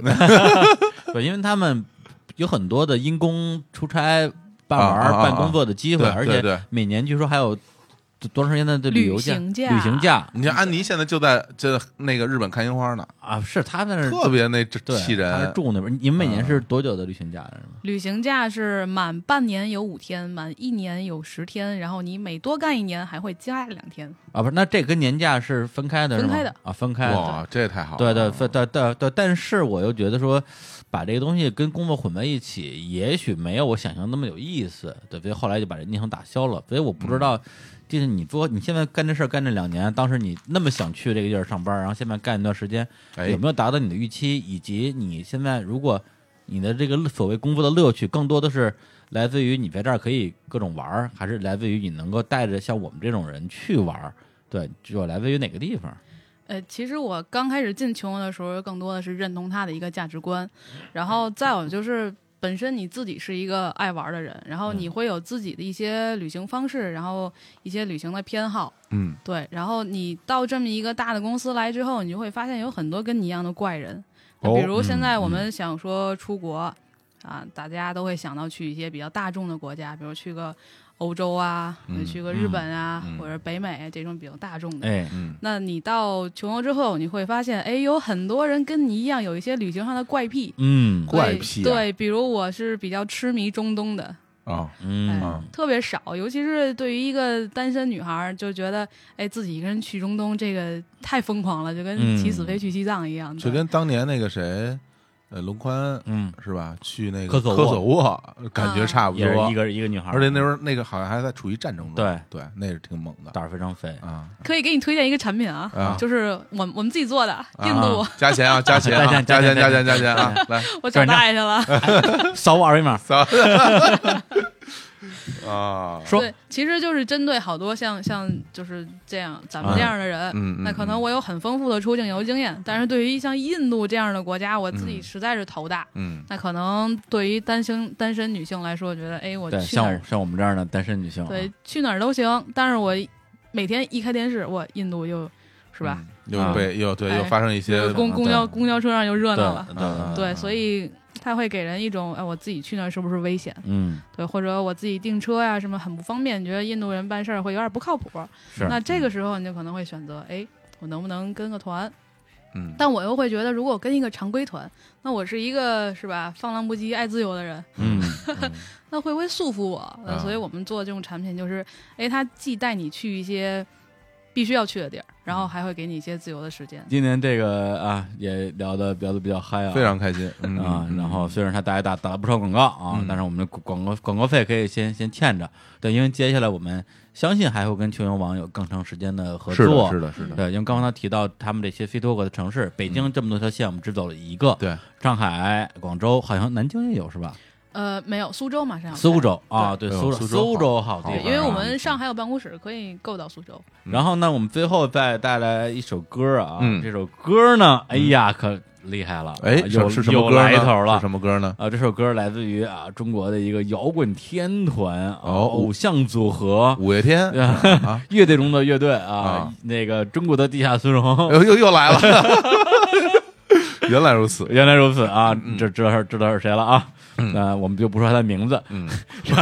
对，因为他们有很多的因公出差、办玩、啊啊啊啊办工作的机会，对而对且对每年据说还有多长时间的这旅游旅行假、假旅行假你像安妮现在就在这那个日本看樱花呢，啊？是他在那儿特别那这对，气他人嗯是。住那边。你们每年是多久的旅行假是吗？ 旅行假是满半年有五天，满一年有十天，然后你每多干一年还会加两天。啊，不是，那这跟年假是分开的，是吗分开的啊，分开的。哇，这也太好了！对对，分对对对，但是我又觉得说，把这个东西跟工作混在一起，也许没有我想象那么有意思，对，所以后来就把这念想打消了。所以我嗯不知道，就是你做你现在干这事儿干这两年，当时你那么想去这个地儿上班，然后现在干一段时间，哎有没有达到你的预期，以及你现在如果你的这个乐所谓工作的乐趣，更多的是来自于你在这儿可以各种玩儿，还是来自于你能够带着像我们这种人去玩儿？对，就来自于哪个地方？呃，其实我刚开始进穷游的时候，更多的是认同他的一个价值观，嗯然后再有就是本身你自己是一个爱玩的人，然后你嗯会有自己的一些旅行方式，然后一些旅行的偏好，嗯，对，然后你到这么一个大的公司来之后，你就会发现有很多跟你一样的怪人，哦比如现在嗯我们想说出国、啊，大家都会想到去一些比较大众的国家，比如去个欧洲啊，嗯去个日本啊，嗯嗯或者北美这种比较大众的。哎，嗯，那你到穷游之后，你会发现，哎，有很多人跟你一样有一些旅行上的怪癖。嗯怪癖啊对，对，比如我是比较痴迷中东的，啊，嗯哎，特别少，尤其是对于一个单身女孩儿，就觉得哎自己一个人去中东这个太疯狂了，就嗯跟起死飞去西藏一样。就对跟当年那个谁，呃，龙宽嗯，是吧？去那个科索科沃索沃，感嗯觉差不也是一多。个一个女孩儿，而且那时候那个好像还在处于战争中，对对，那是挺猛的胆儿非常肥，啊可以给你推荐一个产品啊，啊就是我们我们自己做的 啊！印度，加钱啊，加钱啊，加 加钱钱加加钱钱加钱啊！来， 我找大爷 去了。扫我二维码，啊，说对，其实就是针对好多像像就是这样咱们这样的人，嗯嗯那可能我有很丰富的出境游经验，但是对于像印度这样的国家，我自己实在是头大。嗯，那可能对于单身单身女性来说，我觉得哎，我对，去哪像儿我像我们这样的单身女性啊，对去哪儿都行，但是我每天一开电视，我印度又是吧，嗯？又啊被又对哎又发生一些公公交对公交车上又热对闹了，对啊对，对，所以它会给人一种哎，我自己去那儿是不是危险？嗯，对，或者我自己订车呀、什么很不方便，觉得印度人办事儿会有点不靠谱。是那这个时候你就可能会选择，哎，我能不能跟个团？嗯但我又会觉得，如果我跟一个常规团，那我是一个是吧，放浪不羁、爱自由的人，嗯，那会不会束缚我？呃啊所以我们做这种产品就是，哎，它既带你去一些必须要去的地儿，然后还会给你一些自由的时间。今年这个啊也聊的聊的比较嗨啊，非常开心嗯啊，嗯然后虽然他大家打打了不少广告啊嗯，但是我们的广告广告费可以先先欠着，对，因为接下来我们相信还会跟穷游网有更长时间的合是的，作，是的，是的，嗯对，因为刚刚他提到他们这些 C t o k 的城市，北京这么多条线，我们只走了一个，对，上海、广州，好像南京也有是吧？呃，没有，苏州马上要苏开州啊，对，哎呦苏州苏州苏州好好好嗯地对，方，因为我们上海有办公室，可以够到苏州。然后呢，我们最后再带来一首歌啊，嗯这首歌呢，哎呀，可厉害了，啊哎，有是是什么有歌呢来头是了什。么歌呢？啊，这首歌来自于啊中国的一个摇滚天团啊、哦偶像组合，五月天 啊，乐队中的乐队啊，啊呃那个中国的地下孙荣，又又又来了， 原来如此。原来如此啊，嗯这知道知道是谁了啊？那我们就不说他的名字。 嗯，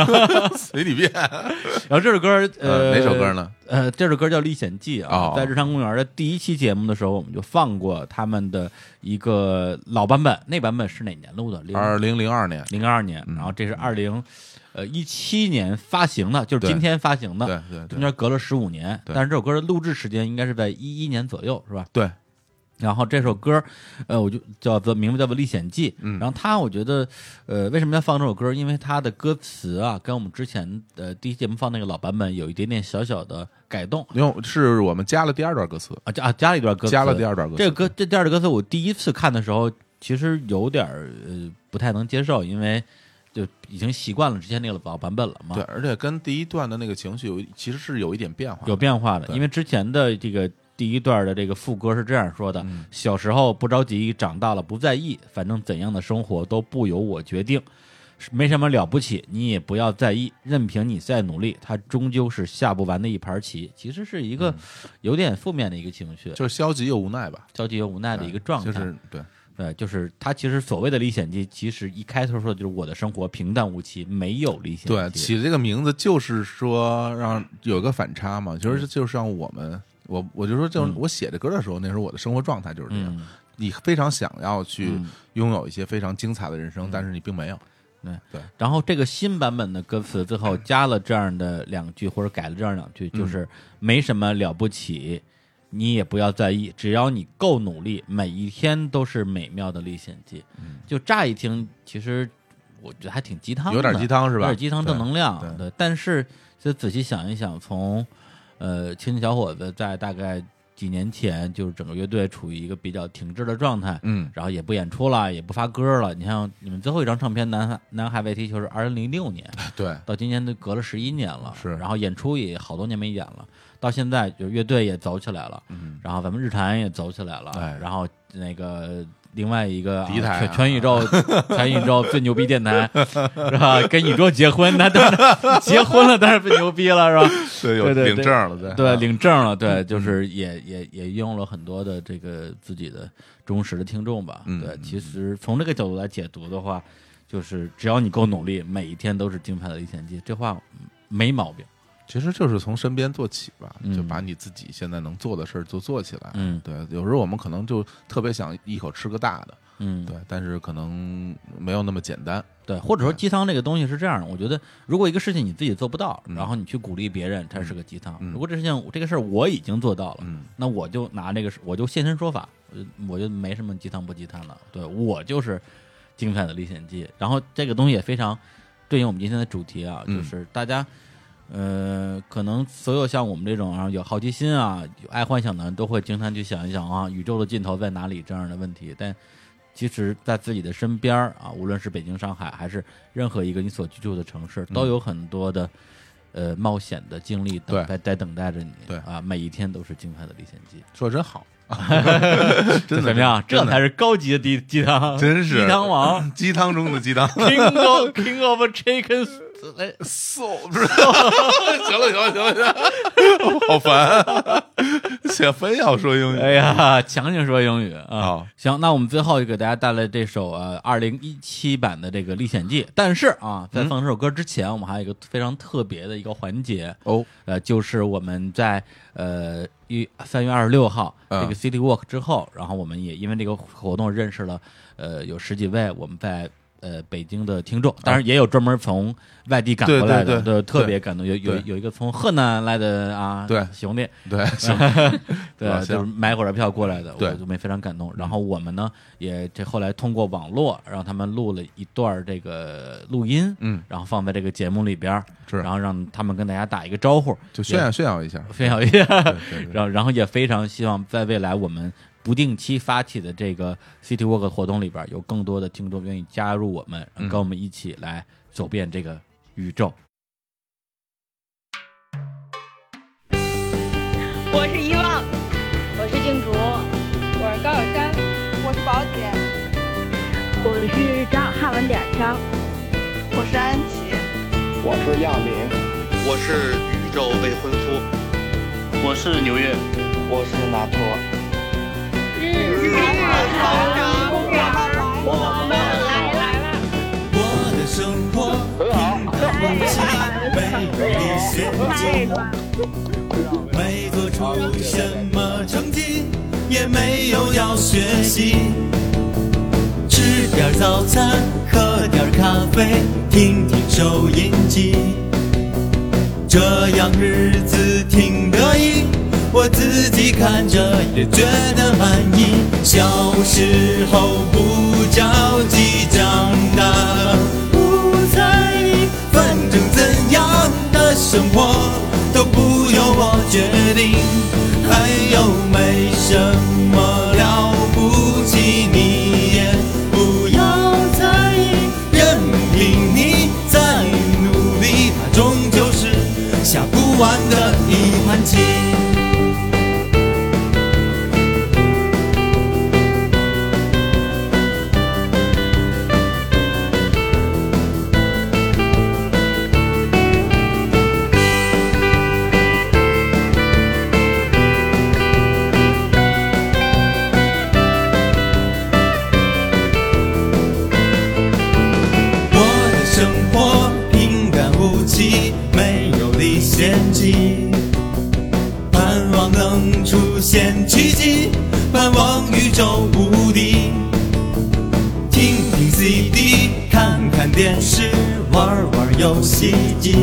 随你便。然后这首歌呃呃哪首歌呢？呃，这首歌叫《历险记》啊哦，在日常公园的第一期节目的时候，我们就放过他们的一个老版本，那版本是哪年录的？零二零零二年，零二年，嗯然后这是二零呃一七年发行的，就是对今天发行的。对对中对间隔了十五年，对但是这首歌的录制时间应该是在一一年左右，是吧？对，嗯然后这首歌，呃，我就叫做名字叫做《历险记》。嗯然后它，我觉得，呃，为什么要放这首歌？因为它的歌词啊，跟我们之前呃第一节目放那个老版本有一点点小小的改动因为是我们加了第二段歌词，啊，加啊加了一段歌词，加了第二段歌词。嗯这个歌这第二首歌词，我第一次看的时候，其实有点儿呃不太能接受，因为就已经习惯了之前那个老版本了嘛。对，，而且跟第一段的那个情绪有，其实是有一点变化的。有变化的，对因为之前的这个第一段的这个副歌是这样说的：嗯小时候不着急，长大了不在意，反正怎样的生活都不由我决定，是没什么了不起，你也不要在意，任凭你再努力，它终究是下不完的一盘棋。其实是一个有点负面的一个情绪，嗯就是消极又无奈吧，消极又无奈的一个状态。就是对，对，呃就是他其实所谓的历险记，其实一开头说的就是我的生活平淡无奇，没有历险记。对，起这个名字就是说让有个反差嘛，其实就是让我们，我我就说，就是嗯我写这歌的时候，那时候我的生活状态就是这样。嗯，你非常想要去嗯拥有一些非常精彩的人生，但是你并没有。然后这个新版本的歌词最后加了这样的两句，或者改了这样两句，嗯就是没什么了不起，你也不要在意，只要你够努力，每一天都是美妙的历险记。嗯就乍一听，其实我觉得还挺鸡汤的，有点鸡汤是吧有点鸡汤正能量。对对，但是就仔细想一想，从呃青年小伙子在大概几年前，就是整个乐队处于一个比较停滞的状态，嗯，然后也不演出了，也不发歌了。你像你们最后一张唱片《南海南海外踢球》是二零零六年， 对，到今年都隔了十一年了，是然后演出也好多年没演了，到现在就是乐队也走起来了，嗯，然后咱们日坛也走起来了，哎然后那个。另外一个、敌台啊全全宇宙， 全宇宙最牛逼电台，是吧？跟宇宙结婚，那当然结婚了，当然最牛逼了，是吧？对，有对对领证了，对对，领证了，嗯对，就是也也也用了很多的这个自己的忠实的听众吧。嗯对，嗯其实从这个角度来解读的话，就是只要你够努力，每一天都是精彩的历险记，这话嗯没毛病。其实就是从身边做起吧，嗯就把你自己现在能做的事儿就做起来。嗯对，有时候我们可能就特别想一口吃个大的，嗯，对，但是可能没有那么简单。对，或嗯者说鸡汤这个东西是这样的，我觉得如果一个事情你自己做不到，然后你去鼓励别人，它是个鸡汤。嗯如果这事情这个事儿我已经做到了，嗯，那我就拿这个事我就现身说法，我就我就没什么鸡汤不鸡汤的，对我就是精彩的历险记。然后这个东西也非常对应我们今天的主题啊，嗯就是大家。呃，可能所有像我们这种啊有好奇心啊、有爱幻想的人，都会经常去想一想啊，宇宙的尽头在哪里这样的问题。但其实，在自己的身边儿啊，无论是北京、上海，还是任何一个你所居住的城市，嗯都有很多的呃冒险的经历等对待在等待着你。对啊，每一天都是精彩的历险记。说的真 好，真的怎么样？真这的才是高级的鸡鸡汤，真是鸡汤王鸡汤中的 鸡汤。 ，King of King of Chicken。哎 so 不是，行了行了行了行了， 好烦，且非要说英语。哎呀，强行说英语啊好！行，那我们最后给大家带来这首呃二零一七版的这个《历险记》，但是啊，嗯在放这首歌之前，我们还有一个非常特别的一个环节，哦，呃，就是我们在呃一三月二十六号嗯这个 City Walk 之后，然后我们也因为这个活动认识了呃有十几位我们在呃北京的听众，当然也有专门从外地赶对过来的，嗯对对特对别感动。有有对有一个从河南来的啊，对兄弟，对， 行，对啊老，就是乡买火车票过来的，对我就没非常感动。然后我们呢，也这后来通过网络让他们录了一段儿这个录音，嗯，然后放在这个节目里边儿，是然后让他们跟大家打一个招呼，就炫耀炫耀 一下。分享一下。对 对然后，然后也非常希望在未来我们不定期发起的这个 City Walk 活动里边，有更多的听众愿意加入我们，嗯跟我们一起来走遍这个宇宙。我是遗忘，我是静竹，我是高晓山，我是宝姐，我是张汉文点儿张，我是安琪。我是亚明，我是宇宙未婚夫，我是纽约。我是拿破。我的生活很好，没有陷阱，没做出什么成绩，也没有要学习，吃点早餐，喝点咖啡，听听收音机，这样日子挺得意。我自己看着也觉得满意。小时候不着急，长大不在意，反正怎样的生活都不由我决定。还有没什么了不起，你也不要在意，任凭你再努力，它终究是下不完的一盘棋。起，没有历险记。盼望能出现奇迹，盼望宇宙无敌。听听 CD，看看电视，玩玩游戏机。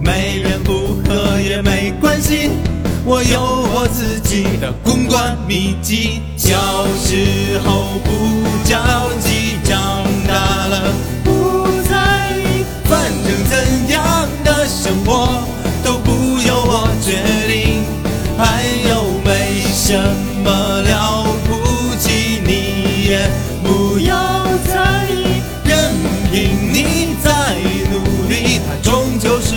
没人不喝也没关系，我有我自己的公关秘籍。小时候不着急，长大了不在意，反正怎样的生活都不由我决定。还有没什么了不起，你也不要在意，任凭你再努力，它终究是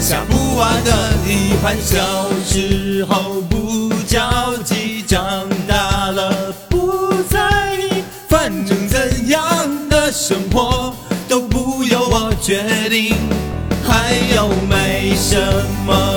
下不完的一盘。小时候不着急，长大了不在意，反正怎样的生活都不由我决定。还有没什么